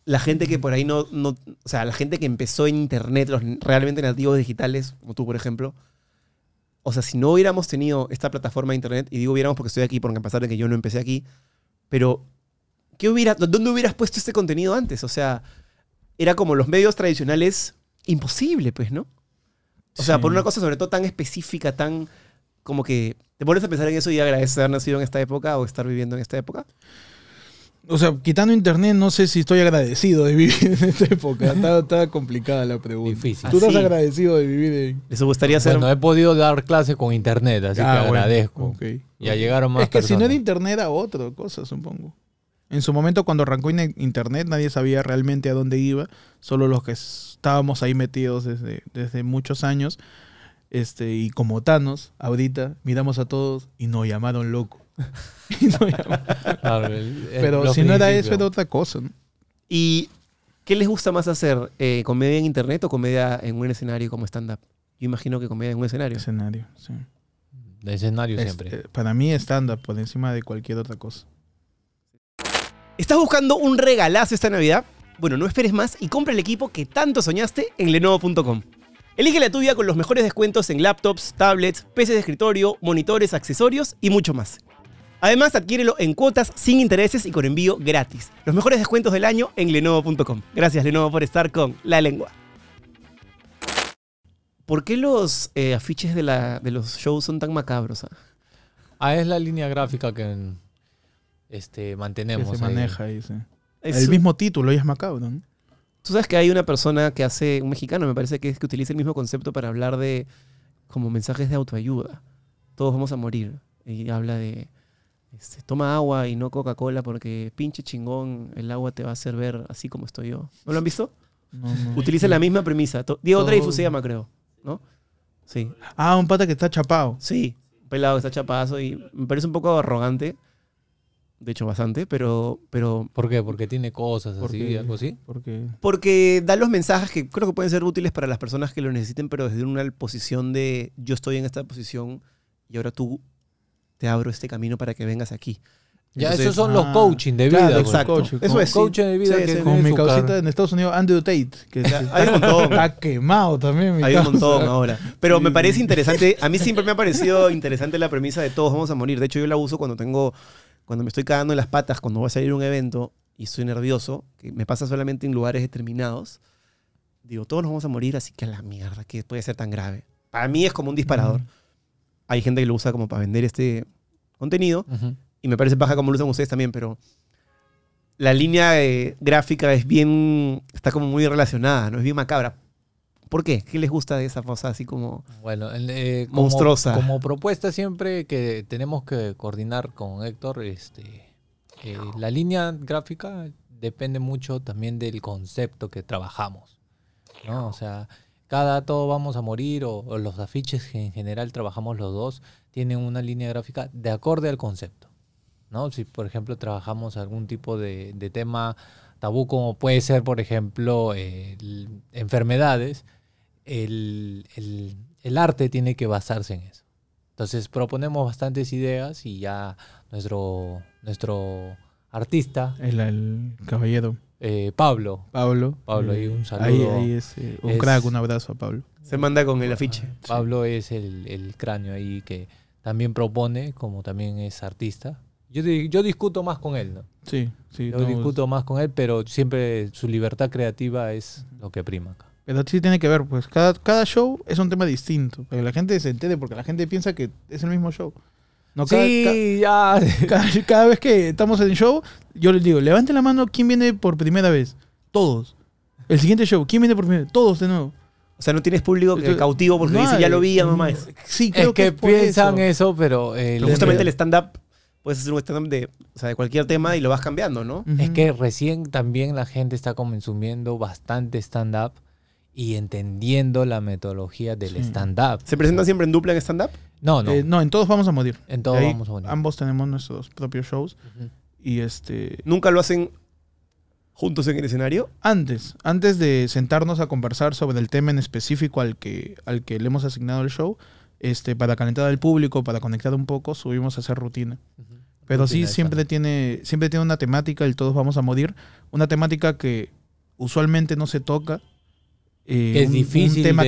la gente que por ahí no, no... O sea, la gente que empezó en Internet, los realmente nativos digitales, como tú, por ejemplo. O sea, si no hubiéramos tenido esta plataforma de Internet, y digo hubiéramos porque estoy aquí, porque a pesar de que yo no empecé aquí, pero ¿qué hubiera, ¿dónde hubieras puesto este contenido antes? O sea, era como los medios tradicionales, imposible, pues, ¿no? O sea,
Sí.
por una cosa sobre todo tan específica, tan como que te pones a pensar en eso y agradeces haber nacido en esta época o estar viviendo en esta época.
O sea, quitando internet, no sé si estoy agradecido de vivir en esta época. Está, está complicada la pregunta.
Ah, Difícil.
¿Tú estás
Así.
agradecido de vivir en.?
Les gustaría hacer.
Bueno, he podido dar clases con internet, así
Ah,
que
bueno,
agradezco.
ok.
Ya llegaron más
es que si no
personas.
era internet, a otra cosa, supongo. En su momento, cuando arrancó in- internet, nadie sabía realmente a dónde iba. Solo los que estábamos ahí metidos desde, desde muchos años. Este, y como Thanos, ahorita miramos a todos y nos llamaron loco. Y nos llamaron-
Claro, el- el-
Pero
los
si no era eso,
principios.
era otra cosa. ¿no?
¿Y qué les gusta más hacer? eh, ¿Comedia en internet o comedia en un escenario como stand-up? Yo imagino que comedia en un escenario.
Escenario, sí.
De escenario
Es-
siempre.
eh, para mí, estándar por encima de cualquier otra cosa.
¿Estás buscando un regalazo esta Navidad? Bueno, no esperes más y compra el equipo que tanto soñaste en lenovo.com. Elige la tuya con los mejores descuentos en laptops, tablets, PCs de escritorio, monitores, accesorios y mucho más. Además, adquiérelo en cuotas sin intereses y con envío gratis. Los mejores descuentos del año en lenovo.com. Gracias Lenovo por estar con La Lengua. ¿Por qué los eh, afiches de, la- de los shows son tan macabros? ah?
Ah, es la línea gráfica que este,
Que
mantenemos.
se
ahí.
maneja ahí, sí.
Es-
El mismo título y es macabro, ¿no?
Tú sabes que hay una persona que hace, un mexicano me parece que es que utiliza el mismo concepto para hablar de como mensajes de autoayuda. Todos vamos a morir. Y habla de este, toma agua y no Coca-Cola porque pinche chingón, el agua te va a hacer ver así como estoy yo. ¿No lo han visto?
No, no.
Utiliza la misma premisa. To- Diego
Todo-
Dreyfus se llama, creo. ¿No? Sí.
Ah, un pata que está chapado.
Sí, un pelado está chapazo y me parece un poco arrogante. De hecho, bastante, pero, pero
¿Por qué? Porque tiene cosas así,
Porque-
algo así.
Porque
Porque da los mensajes que creo que pueden ser útiles para las personas que lo necesiten, pero desde una posición de yo estoy en esta posición y ahora tú te abro este camino para que vengas aquí.
Ya,
Entonces,
esos son
ah,
los coaching de vida.
claro,
güey.
exacto.
Eso es. sí.
Coaching de vida
Sí,
que
sí,
Como
tiene
mi
su
causita
car-
en Estados Unidos, Andrew Tate, que está,
Hay un montón.
está quemado también. mi
Hay un
causa.
montón ahora. Pero me parece interesante. A mí siempre me ha parecido interesante la premisa de todos vamos a morir. De hecho, yo la uso cuando tengo. Cuando me estoy cagando en las patas, cuando voy a salir a un evento y estoy nervioso, que me pasa solamente en lugares determinados. Digo, todos nos vamos a morir, así que a la mierda, que puede ser tan grave. Para mí es como un disparador. Hay gente que lo usa como para vender este contenido
Ujú.
y me parece paja como lo usan ustedes también, pero la línea eh, gráfica es bien, está como muy relacionada, ¿no? Es bien macabra. ¿Por qué? ¿Qué les gusta de esa cosa así como...
Bueno, el, eh, como-
Monstruosa.
Como propuesta siempre que tenemos que coordinar con Héctor, este, eh, la línea gráfica depende mucho también del concepto que trabajamos. ¿no? O sea, cada todo vamos a morir o, o los afiches que en general trabajamos los dos tienen una línea gráfica de acorde al concepto. ¿no? Si, por ejemplo, trabajamos algún tipo de, de tema tabú, como puede ser, por ejemplo, eh, el- enfermedades, el, el- el arte tiene que basarse en eso. Entonces proponemos bastantes ideas y ya nuestro, nuestro artista,
El, el caballero
eh, Pablo,
Pablo.
Pablo,
Eh,
ahí un saludo.
Ahí, ahí es, eh, un
Es-
crack, un abrazo a Pablo.
Se manda con el afiche.
Pablo es el, el cráneo ahí que también propone, como también es artista. Yo, di- yo discuto más con él, ¿no?
Sí, sí.
Yo
no,
discuto más con él, pero siempre su libertad creativa es lo que prima acá.
Pero sí tiene que ver, pues cada, cada show es un tema distinto. Para que la gente se entere, porque la gente piensa que es el mismo show. No, cada-
sí, ya.
ca- cada, cada vez que estamos en el show, yo les digo, levanten la mano, ¿quién viene por primera vez? Todos. El siguiente show, ¿quién viene por primera vez? Todos de nuevo.
O sea, no tienes público que
Entonces,
cautivo porque
no
dice,
hay.
ya lo vi, ya no más.
Sí, creo
es que,
por
piensan
eso.
eso, pero, eh,
Pero
le-
justamente el stand-up, puedes hacer un stand-up de, o sea, de cualquier tema y lo vas cambiando, ¿no?
Ujú.
es que recién también la gente está consumiendo bastante stand-up y entendiendo la metodología del
Sí.
stand-up.
¿Se presentan siempre en dupla en stand-up?
No, no.
Eh, no, en todos vamos a morir.
En todos
Ahí
vamos a morir.
Ambos tenemos nuestros propios shows.
Ujú.
Y este.
¿Nunca lo hacen juntos en el escenario?
Antes, antes de sentarnos a conversar sobre el tema en específico al que, al que le hemos asignado el show, este, para calentar al público, para conectar un poco, subimos a hacer rutina.
Ujú.
Pero sí,
Rutina de
siempre tiene, siempre tiene una temática, el todos vamos a morir, una temática que usualmente no se toca. eh,
Que es difícil de llevar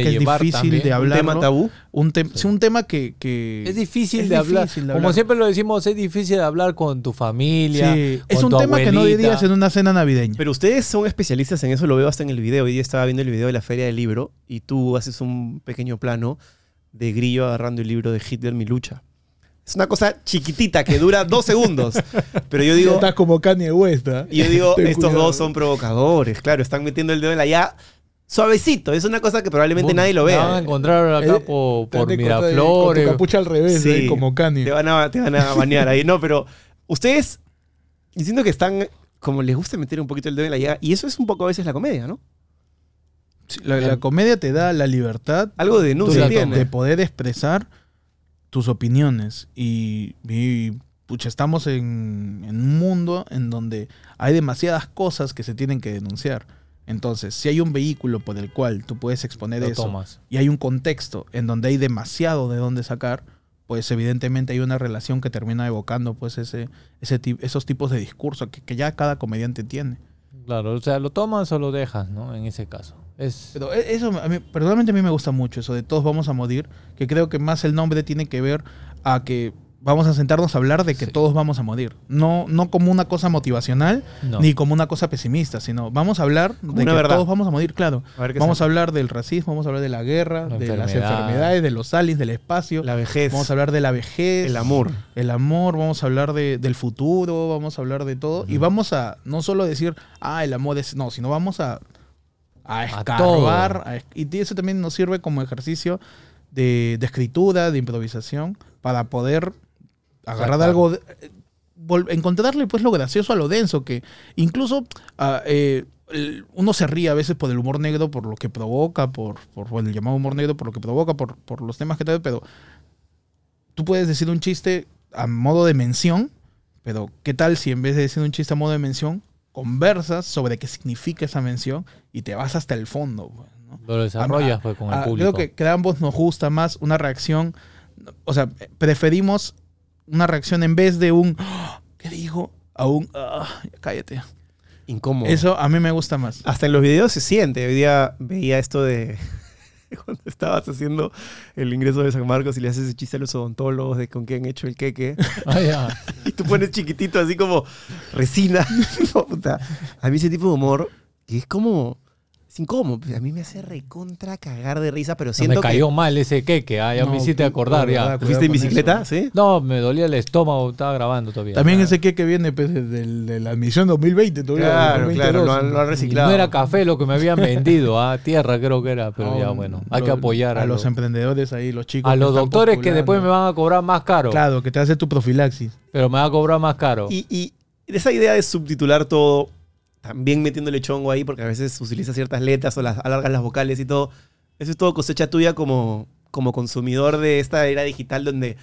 también,
de
un
hablar.
¿Un tema tabú?
Un, tem-
Sí.
sí, un tema que... que
Es difícil,
es
de, hablar.
difícil de
Como
hablar.
siempre lo decimos, es difícil de hablar con tu familia.
Sí, es
con
un
tu
tema que no
abuelita.
dirías en una cena navideña.
Pero ustedes son especialistas en eso, lo veo hasta en el video. Hoy día estaba viendo el video de la Feria del Libro y tú haces un pequeño plano de grillo agarrando el libro de Hitler, mi lucha. Es una cosa chiquitita que dura dos segundos. Pero yo digo,
como Kanye West. ¿ah?
Y yo digo, estos dos son provocadores, claro, están metiendo el dedo en la ya suavecito. Es una cosa que probablemente nadie lo
Te van a
vea.
encontrar acá
Eh,
por, por Miraflores.
capucha al revés,
Sí.
¿eh? como Kanye.
Te van a, te van a banear ahí. No, pero ustedes, yo siento que están, como les gusta meter un poquito el dedo en la llaga, y eso es un poco a veces la comedia, ¿no?
Sí, La, la comedia te da la libertad
Algo de
de,
denuncia
de
tiene.
poder expresar tus opiniones. Y, y, pucha, estamos en, en un mundo en donde hay demasiadas cosas que se tienen que denunciar. Entonces, si hay un vehículo por el cual tú puedes exponer
Lo
eso
tomas.
y hay un contexto en donde hay demasiado de dónde sacar, pues evidentemente hay una relación que termina evocando pues ese, ese ti- esos tipos de discurso que, que ya cada comediante tiene.
Claro, o sea, lo tomas o lo dejas, ¿no? En ese caso. Es,
Pero e- eso, a mí, personalmente a mí me gusta mucho, eso de todos vamos a morir, que creo que más el nombre tiene que ver a que vamos a sentarnos a hablar de que
Sí.
todos vamos a morir. No, no como una cosa motivacional,
no.
ni como una cosa pesimista, sino vamos a hablar de
una
que
verdad.
todos vamos a morir, claro.
A ver qué
Vamos
sale.
a hablar del racismo, vamos a hablar de la guerra,
La
de las
enfermedad.
enfermedades, de los aliens, del espacio.
La vejez,
Vamos a hablar de la vejez.
el amor.
el amor, vamos a hablar de, del futuro, vamos a hablar de todo. Y vamos a no solo decir, ah, el amor es. No, sino vamos a, a escarbar.
todo.
a es- y eso también nos sirve como ejercicio de, de escritura, de improvisación, para poder agarrar
Sacar.
algo. de- eh, vol- encontrarle pues lo gracioso a lo denso, que incluso ah, eh, el- uno se ríe a veces por el humor negro, por lo que provoca, por, por bueno, el llamado humor negro, por lo que provoca, por, por los temas que trae, pero tú puedes decir un chiste a modo de mención, pero ¿qué tal si en vez de decir un chiste a modo de mención, conversas sobre qué significa esa mención y te vas hasta el fondo? pues, ¿no?
Lo desarrollas
Ah,
pues, con el
ah, Creo
público.
que, que a ambos nos gusta más una reacción, o sea, preferimos una reacción en vez de un "Ah, ¿qué dijo? a un "Ah, cállate.
Incómodo.
Eso a mí me gusta más.
Ah,
Hasta en los videos se siente. Hoy día veía esto de cuando estabas haciendo el ingreso de San Marcos y le haces ese chiste a los odontólogos de con qué han hecho el queque.
Ah, ya.
Y tú pones chiquitito así como resina. No, puta. A mí ese tipo de humor, que es como... Es incómodo. pues, A mí me hace recontra cagar de risa, pero
No, me
siento que...
cayó mal ese queque, ah, ya
No,
me
tú-
hiciste acordar.
tú,
ya.
verdad,
¿Te ¿Fuiste en
Cuidado con
bicicleta? ¿Sí?
No, me dolía el estómago, estaba grabando todavía.
También
Ah.
ese que que viene pues, del- de la admisión 2020, todavía,
Claro,
2022.
claro. Lo han, lo han
Y
reciclado.
No era café lo que me habían vendido, ah, tierra creo que era, pero
No,
ya bueno,
lo-
hay que apoyar
a, los
los,
emprendedores ahí, los chicos.
a
que
los
están
doctores que
postulando.
después me van a cobrar más caro,
Claro, que te hace tu profilaxis.
pero me va a cobrar más caro.
Y, y esa idea de subtitular todo, también metiéndole chongo ahí, porque a veces utiliza ciertas letras o las alargas las vocales y todo, eso es todo cosecha tuya como, como consumidor de esta era digital donde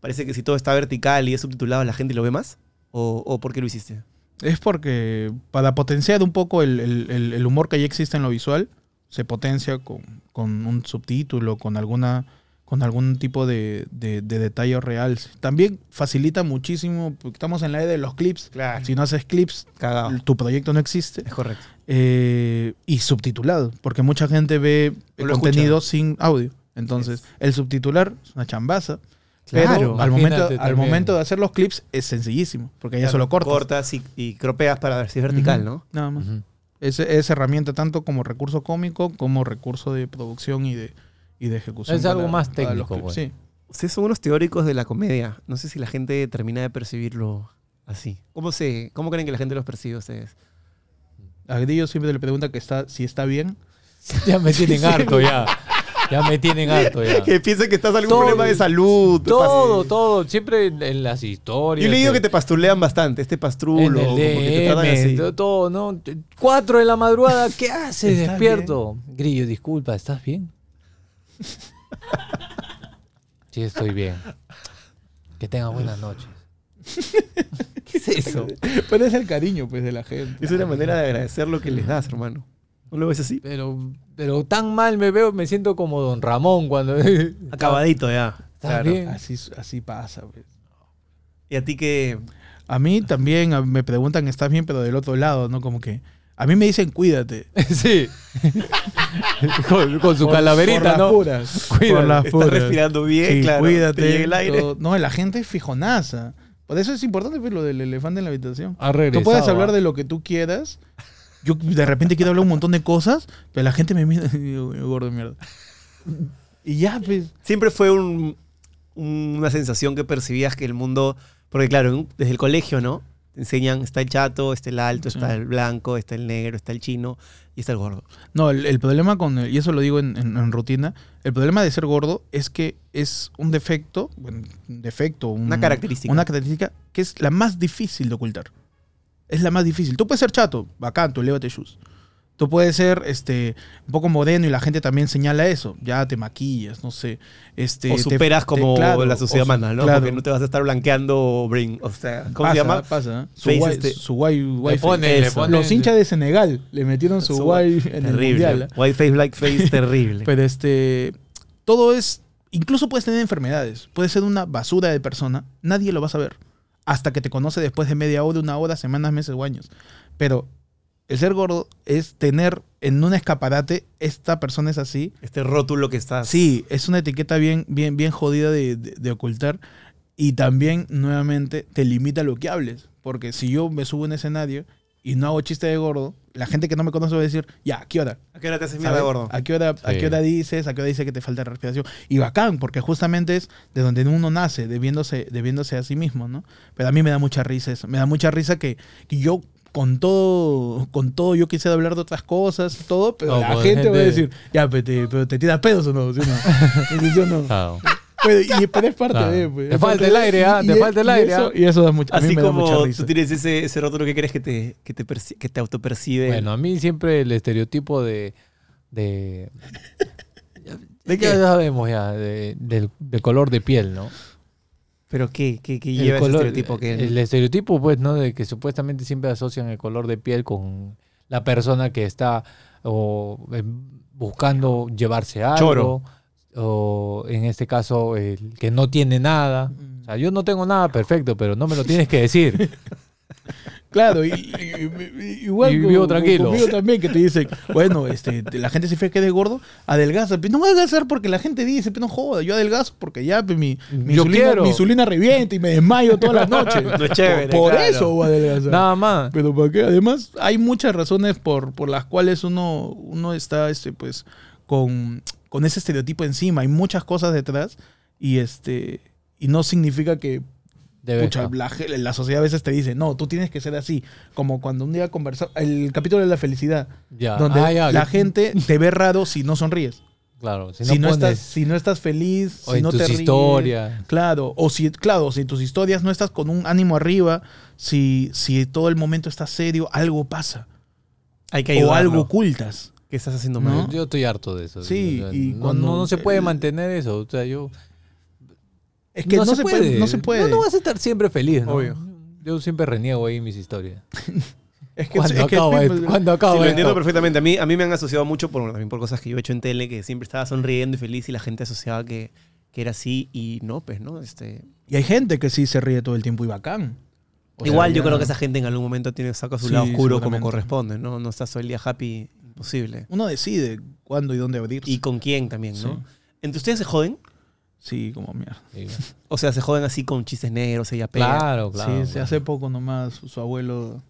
parece que si todo está vertical y es subtitulado, la gente lo ve más. ¿O, o por qué lo hiciste?
Es porque para potenciar un poco el, el- el- el humor que ya existe en lo visual, se potencia con, con un subtítulo, con alguna con algún tipo de, de- de detalle o real. También facilita muchísimo, porque estamos en la era de los clips.
Claro.
Si no haces clips,
Cagado.
tu proyecto no existe.
Es correcto.
Eh, y subtitulado, porque mucha gente ve el
lo
contenido sin audio. Entonces, el subtitular es una chambaza.
Claro.
pero al momento,
Imagínate
al
también.
momento de hacer los clips es sencillísimo, porque ya solo cortas.
Cortas y, y cropeas para ver si es vertical,
Ujú,
¿no?
Nada más.
Ujú.
es, es herramienta tanto como recurso cómico como recurso de producción y de, y de ejecución.
Es algo más
para los
técnico,
clips.
güey.
Sí.
Ustedes son unos teóricos de la comedia. No sé si la gente termina de percibirlo así. ¿Cómo, se, cómo creen que la gente los percibe a ustedes?
A Grillo siempre le pregunta que está, si está bien.
Ya me tienen harto ya. Ya me tienen harto ya.
Que piensen que estás algún
Todo-
problema de salud.
Todo, todo. Siempre en, en las historias.
Yo he leído
en-
que te pastulean bastante, este pastrulo,
en el
como que te tratan
DM,
así.
to- todo, ¿no? Te- Cuatro de la madrugada, ¿qué haces
¿Estás
despierto? Grillo, disculpa, ¿estás bien? sí, estoy bien. Que tengas buenas noches.
¿Qué es eso?
Pero es el cariño pues de la gente.
Es una manera de agradecer lo que les das, hermano. ¿No lo ves así?
Pero, pero tan mal me veo, me siento como Don Ramón cuando... ¿Estás
Acabadito ya.
bien?
Así, así pasa. pues.
Y a ti que...
A mí también a- me preguntan, ¿estás bien? Pero del otro lado, ¿no? Como que... A mí me dicen, cuídate.
sí. con, con su calaverita,
por
¿no?
las puras.
Cuídate.
Por las
Estás
puras.
respirando bien,
Sí,
claro.
cuídate.
Te llega el aire.
todo. No, la gente es fijonaza. Por eso es importante pues, lo del elefante en la habitación.
Ha regresado.
Tú puedes hablar
¿ah?
de lo que tú quieras. Yo de repente quiero hablar un montón de cosas, pero la gente me mira y digo, gordo de mierda. Y ya, pues.
Siempre fue un- una sensación que percibías que el mundo... Porque claro, en- desde el colegio, ¿no? Te enseñan, está el chato, está el alto, está el blanco, está el negro, está el chino y está el gordo.
No, el, el problema con. el- y eso lo digo en, en- en rutina. El problema de ser gordo es que es un defecto. Bueno, un defecto. un-
Una característica.
Una característica que es la más difícil de ocultar. Es la más difícil. Tú puedes ser chato, bacán, tú lévate shoes. Tú puedes ser este, un poco moreno y la gente también señala eso. Ya te maquillas, no sé. Este,
o
te-
superas
te-
como
claro,
la
o
sociedad
su-
manda, ¿no?
claro.
Porque no te vas a estar blanqueando bring. O sea, ¿cómo
Pasa,
se llama?
Pasa, ¿eh? Su
Face
guay,
este-
su guay, guay face.
pone- le pone-
Los hinchas de Senegal le metieron su,
Su
guay en el
terrible.
mundial. ¿eh?
White face, black face, terrible.
Pero este, todo es, incluso puedes tener enfermedades, puedes ser una basura de persona, nadie lo va a saber, hasta que te conoce después de media hora, una hora, semanas, meses o años. Pero el ser gordo es tener en un escaparate, esta persona es así,
este rótulo que está.
Sí, es una etiqueta bien, bien, bien jodida de, de- de ocultar. Y también, nuevamente, te limita lo que hables. Porque si yo me subo en escenario y no hago chiste de gordo, la gente que no me conoce va a decir, ya, ¿a qué hora?
¿A qué hora te haces
¿Sabes?
mierda, gordo?
¿A qué hora, a
Sí.
qué hora dices? ¿A qué hora dice que te falta respiración? Y bacán, porque justamente es de donde uno nace, debiéndose, debiéndose a sí mismo, ¿no? Pero a mí me da mucha risa eso. Me da mucha risa que, que yo con todo, con todo, yo quisiera hablar de otras cosas, todo, pero
No,
la
pues,
gente, va a
gente-
decir, ya, pero te, pero te tiras pedos o no, ¿sí o no? Dices, yo no.
Claro.
Pero, y, pero es parte
Claro.
de, pues.
Te
Es
falta
parte
el
de-
aire, ¿ah?
y-
Te
y-
falta el
y
aire,
eso-
¿ah?
Y eso da mucho, a mí
Así
me da mucha
como
risa.
tú tienes ese, ese rótulo que crees que te, que te, perci- que te autopercibe.
Bueno, a mí siempre el estereotipo de. de
¿De
ya
qué?
sabemos ya, de- del, del color de piel, ¿no?
¿Pero qué, qué, qué
El
lleva
color-
ese estereotipo? Que,
El estereotipo, pues, ¿no? De que supuestamente siempre asocian el color de piel con la persona que está o eh, buscando llevarse algo.
Choro.
O en este caso, el que no tiene nada.
Mm.
O sea, yo no tengo nada perfecto, pero no me lo tienes que decir.
Claro, y, y- y- igual
Y
con-
vivo
con-
tranquilo.
conmigo también que te dicen, bueno, este, te- la gente se fija que eres gordo, adelgaza. Pero no voy a adelgazar porque la gente dice, pero no joda, yo adelgazo porque ya pues, mi, mi,
Yo
insulina,
quiero.
mi insulina revienta y me desmayo todas las noches.
No es chévere,
Por, por
claro.
eso voy a adelgazar.
Nada más.
pues,
Pero ¿para qué? Además, hay muchas razones por, por las cuales uno, uno está este, pues, con, con ese estereotipo encima. Hay muchas cosas detrás y, este, y no significa que
Debe
Pucha,
estar.
la, ge- la sociedad a veces te dice, no, tú tienes que ser así. Como cuando un día conversamos, el capítulo de la felicidad,
Ya.
donde
Ah, ya.
la gente te ve raro si no sonríes.
Claro, si
Si,
no,
no
pones
estás, si no estás feliz,
o
si
en
no
tus
te ríes.
historias.
Claro, o si, claro, o si en tus historias no estás con un ánimo arriba, si, si todo el momento estás serio, algo pasa.
Hay que
O algo
ayudarlo.
ocultas.
¿Qué estás haciendo mal?
¿no?
Yo, yo estoy harto de eso.
Sí,
O sea,
y
no,
cuando-
no, no se puede mantener eso. O sea, yo,
Es que no, se, puede. No se puede.
No, no vas a estar siempre feliz, ¿no?
Obvio.
Yo siempre reniego ahí mis historias.
es que,
Cuando
es que-
acaba esto, cuando acaba
Sí, lo entiendo
esto.
perfectamente. A mí, a mí me han asociado mucho por, también por cosas que yo he hecho en tele, que siempre estaba sonriendo y feliz y la gente asociaba que, que era así y no, pues, ¿no? Este,
Y hay gente que sí se ríe todo el tiempo y bacán. O sea,
igual yo
ya-
creo que esa gente en algún momento tiene saca su
Sí,
lado oscuro como
seguramente.
corresponde, ¿no? No está todo el día happy, imposible.
Uno decide cuándo y dónde abrirse.
Y con quién también, ¿no?
Sí.
¿Entre ustedes se joden?
Sí, como mierda.
Sí,
O sea, se joden así con chistes negros, se yapean.
claro, claro.
sí, se
claro.
hace poco nomás su, su abuelo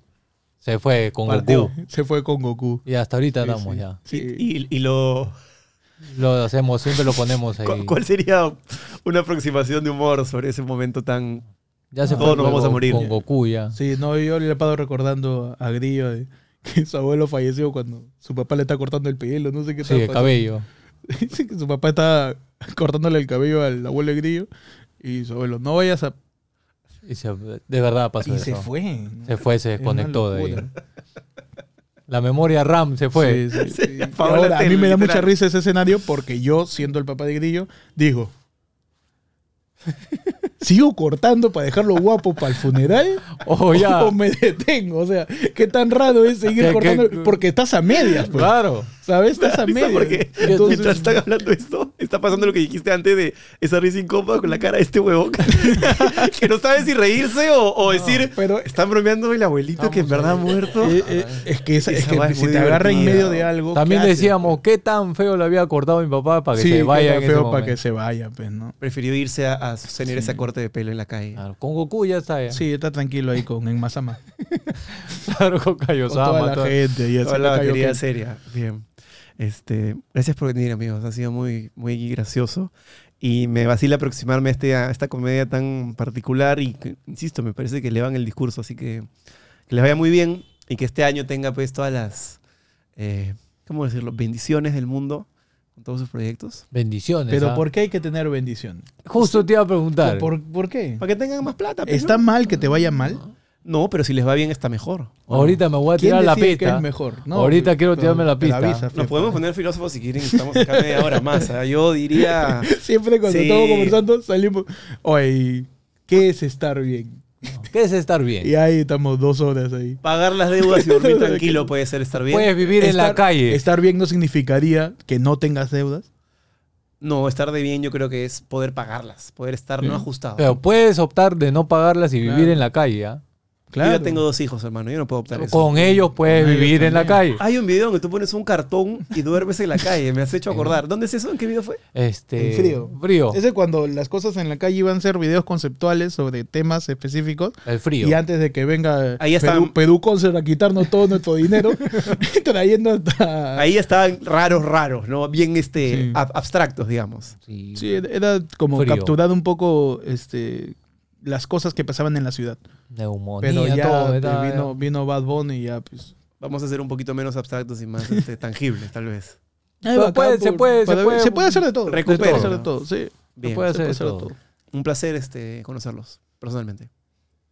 Se fue con
partió.
Goku.
Se fue con Goku.
Y hasta ahorita
Sí,
estamos
sí.
ya.
Sí.
Y, y lo...
Lo hacemos, siempre lo ponemos ahí.
¿cu- ¿Cuál sería una aproximación de humor sobre ese momento tan...
Ya se
Todos
fue
nos
con-
vamos a morir.
Con Goku ya.
Sí, no, yo le paro recordando a Grillo de que su abuelo falleció cuando su papá le está cortando el pelo, no sé qué
Sí,
estaba
el
pasando.
cabello.
Dice que su papá está cortándole el cabello al abuelo de Grillo y su abuelo, no vayas a...
Y se- de verdad pasó eso.
fue.
Se fue, se desconectó de ahí. La memoria RAM se fue.
Fue. Sí, sí, sí.
apagó
Ahora,
la
a mí
tele,
me da
literal.
mucha risa ese escenario porque yo, siendo el papá de Grillo, digo... ¿Sigo cortando para dejarlo guapo para el funeral?
Ojo, Oh, ya.
¿O me detengo? O sea, qué tan raro es seguir
¿Qué- Ah,
cortando...
qué-
Porque estás a medias, pues.
Claro.
¿Sabes? Estás a
risa
medias.
porque
Entonces-
mientras están hablando esto, está pasando lo que dijiste antes de esa risa incómoda con la cara de este huevón que no sabe si reírse o, o decir,
pero-
están bromeando el abuelito que en verdad ha muerto.
Eh, eh, es que, esa- es
Esa
que
vaina es
si
muy
te agarra en
divertida.
medio de algo.
También
¿qué haces?
decíamos, ¿qué tan feo le había cortado a mi papá para que
Sí,
se vaya
qué
en
tan
ese
feo para que
momento?
se vaya, pues, ¿no?
Prefirió irse a, a sostener esa corte de pelo en la calle.
Claro, con Goku ya está ya.
Sí, está tranquilo ahí con en Masama.
Claro, con
Con toda
Kaiosama.
la
todo.
gente. Y así
Toda la
Cayo
batería
que-
seria. Bien. Este, gracias por venir, amigos. Ha sido muy, muy gracioso. Y me vacila aproximarme a, este, a esta comedia tan particular. Y que, insisto, me parece que le van el discurso. Así que que les vaya muy bien. Y que este año tenga pues todas las, eh, ¿cómo decirlo? Bendiciones del mundo con todos sus proyectos.
Bendiciones.
Pero
¿ah?
¿por qué hay que tener bendición?
Justo te iba a preguntar.
¿Por, por qué?
Para que tengan más plata. pues,
¿Está
¿no?
mal que te vaya mal?
No, pero si les va bien está mejor.
Ahorita me voy a
¿Quién
tirar la
decide que
pista.
es mejor? pues,
Ahorita quiero
pero-
tirarme la
pero
pista.
avisa,
Nos
Fefa.
podemos poner filósofos si quieren. Estamos acá media hora más. ¿ah? Yo diría...
Siempre cuando
Sí.
estamos conversando salimos. Oye, ¿qué es estar bien?
¿Qué es estar bien?
Y ahí estamos dos horas ahí.
Pagar las deudas y dormir tranquilo puede ser estar bien.
Puedes vivir en la
Estar-
calle.
Estar bien no significaría que no tengas deudas.
No, estar de bien yo creo que es poder pagarlas, poder estar no ajustado.
Pero puedes optar de no pagarlas y vivir
Claro.
en la calle. ¿ah?
Claro.
Yo ya tengo dos hijos, hermano, yo no puedo optar eso.
Con ellos puedes
Con ellos
vivir en la calle.
Ah,
Hay un video donde tú pones un cartón y duermes en la calle, me has hecho acordar. ¿Dónde es eso? ¿En qué video fue?
Este,
En frío.
Frío.
Ese cuando las cosas en la calle iban a ser videos conceptuales sobre temas específicos.
El frío.
Y antes de que venga
Ahí estaban-
Perú, Perú Concert a quitarnos todo nuestro dinero, trayendo hasta...
Ahí estaban raros, raros, ¿no? Bien este,
Sí.
ab- abstractos, digamos.
Sí.
Sí, era como
Frío.
capturar un poco este, las cosas que pasaban en la ciudad.
Neumonía,
Pero ya
todo.
pues,
¿verdad?
vino, vino Bad Bunny y ya pues...
Vamos a ser un poquito menos abstractos y más este, tangibles, tal vez.
Pero
bacán
puede- se puede- se
para-
puede-
se pues, puede hacer de todo.
Recupero,
Se puede hacer de
¿no?
todo, sí.
Bien.
se
puede
puede
hacer
hacer de
todo.
todo.
Un placer este, conocerlos, personalmente.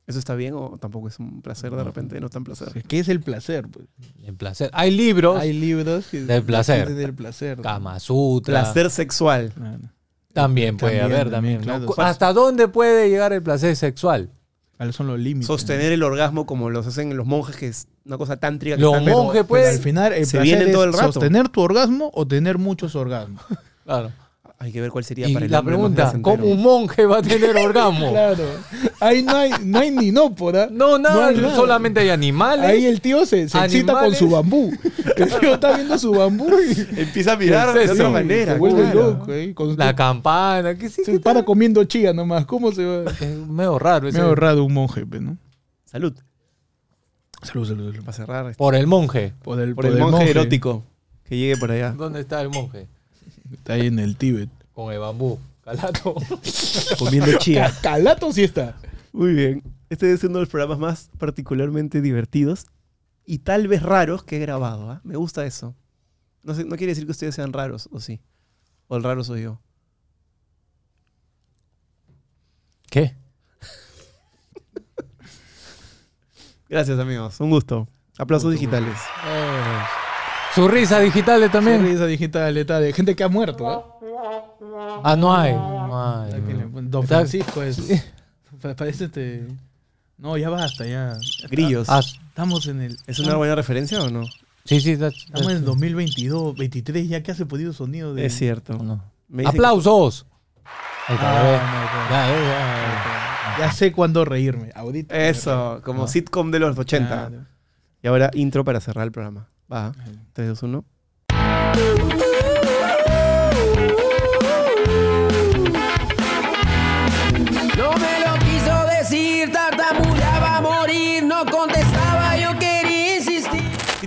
¿Eso está bien o tampoco es un placer de repente? No tan placer.
¿Qué es el placer? Pues?
El placer. Hay libros.
Hay libros que
Del placer.
definen el placer.
Kama Sutra.
Placer sexual.
Claro.
También puede
También,
haber, también.
también,
¿no?
claro.
Cu- ¿Hasta dónde puede llegar el placer sexual?
¿Cuáles son los límites?
sostener el orgasmo como los hacen los monjes, que es una cosa tántrica. que
Los
están-
Pero-
monjes,
pero
pues,
al final, el
se
placer
vienen
es
todo el rato.
sostener tu orgasmo o tener muchos orgasmos.
Claro.
Hay que ver cuál sería
Y
para el
la
hombre más
pregunta,
placentero.
¿cómo un monje va a tener orgasmo?
claro. Ahí no hay, no hay ni nópora.
No, nada,
hay
solamente hay animales.
Ahí el tío se, se excita con
Animales.
su bambú. El tío está viendo su bambú y
Empieza a mirar de
Sí,
otra
sí,
manera.
se vuelve
claro.
loco. ahí, con-
La campana, que sí.
se para comiendo chía nomás. ¿Cómo se va?
Es medio raro.
Me
ese-
ha ahorrado un monje, pues, ¿no?
Salud.
Salud, salud, salud.
Para cerrar. esto.
Por el monje.
Por el,
Por, el, monje, erótico que llegue por allá.
¿Dónde está el monje?
Está ahí en el Tíbet.
Con el bambú. Calato.
Comiendo chía.
Ca- Calato sí está.
Muy bien. Este es uno de los programas más particularmente divertidos y tal vez raros que he grabado. ¿ah? Me gusta eso. No, sé- no quiere decir que ustedes sean raros, ¿o sí?
¿O el raro soy yo?
¿Qué?
Gracias, amigos. Un gusto. Aplausos digitales.
Eh, su risa digital también.
Sonrisa digital, letal, de gente que ha muerto, ¿eh?
Ah, no hay. No hay.
Que le- Don
Está-
Francisco es. pa- Parece este. No, ya basta, ya.
Grillos.
Ah,
Estamos en el.
¿Es una buena referencia o no?
sí, sí. está-
Estamos en el 2022, 23, ya que hace podido sonido de.
Es cierto.
no.
Me dicen
¡Aplausos! Ahí está, ya ves.
Ah,
Ya, ves, ya,
Ya sé cuándo reírme.
que-
Ahorita.
Eso, como
Ah.
No.
sitcom de los 80.
Claro.
Y ahora intro para cerrar el programa. Va. 3, 2, 1.
No me lo quiso decir, tartamudeaba a morir, no contestaba, yo quería insistir.
Si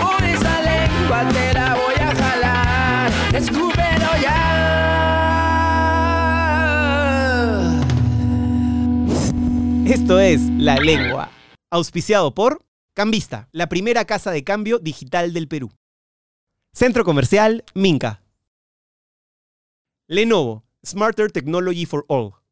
Con esa lengua te la voy a jalar, escúpelo ya.
Esto es La Lengua, auspiciado por Cambista, la primera casa de cambio digital del Perú. Centro Comercial Minca. Lenovo, Smarter Technology for All.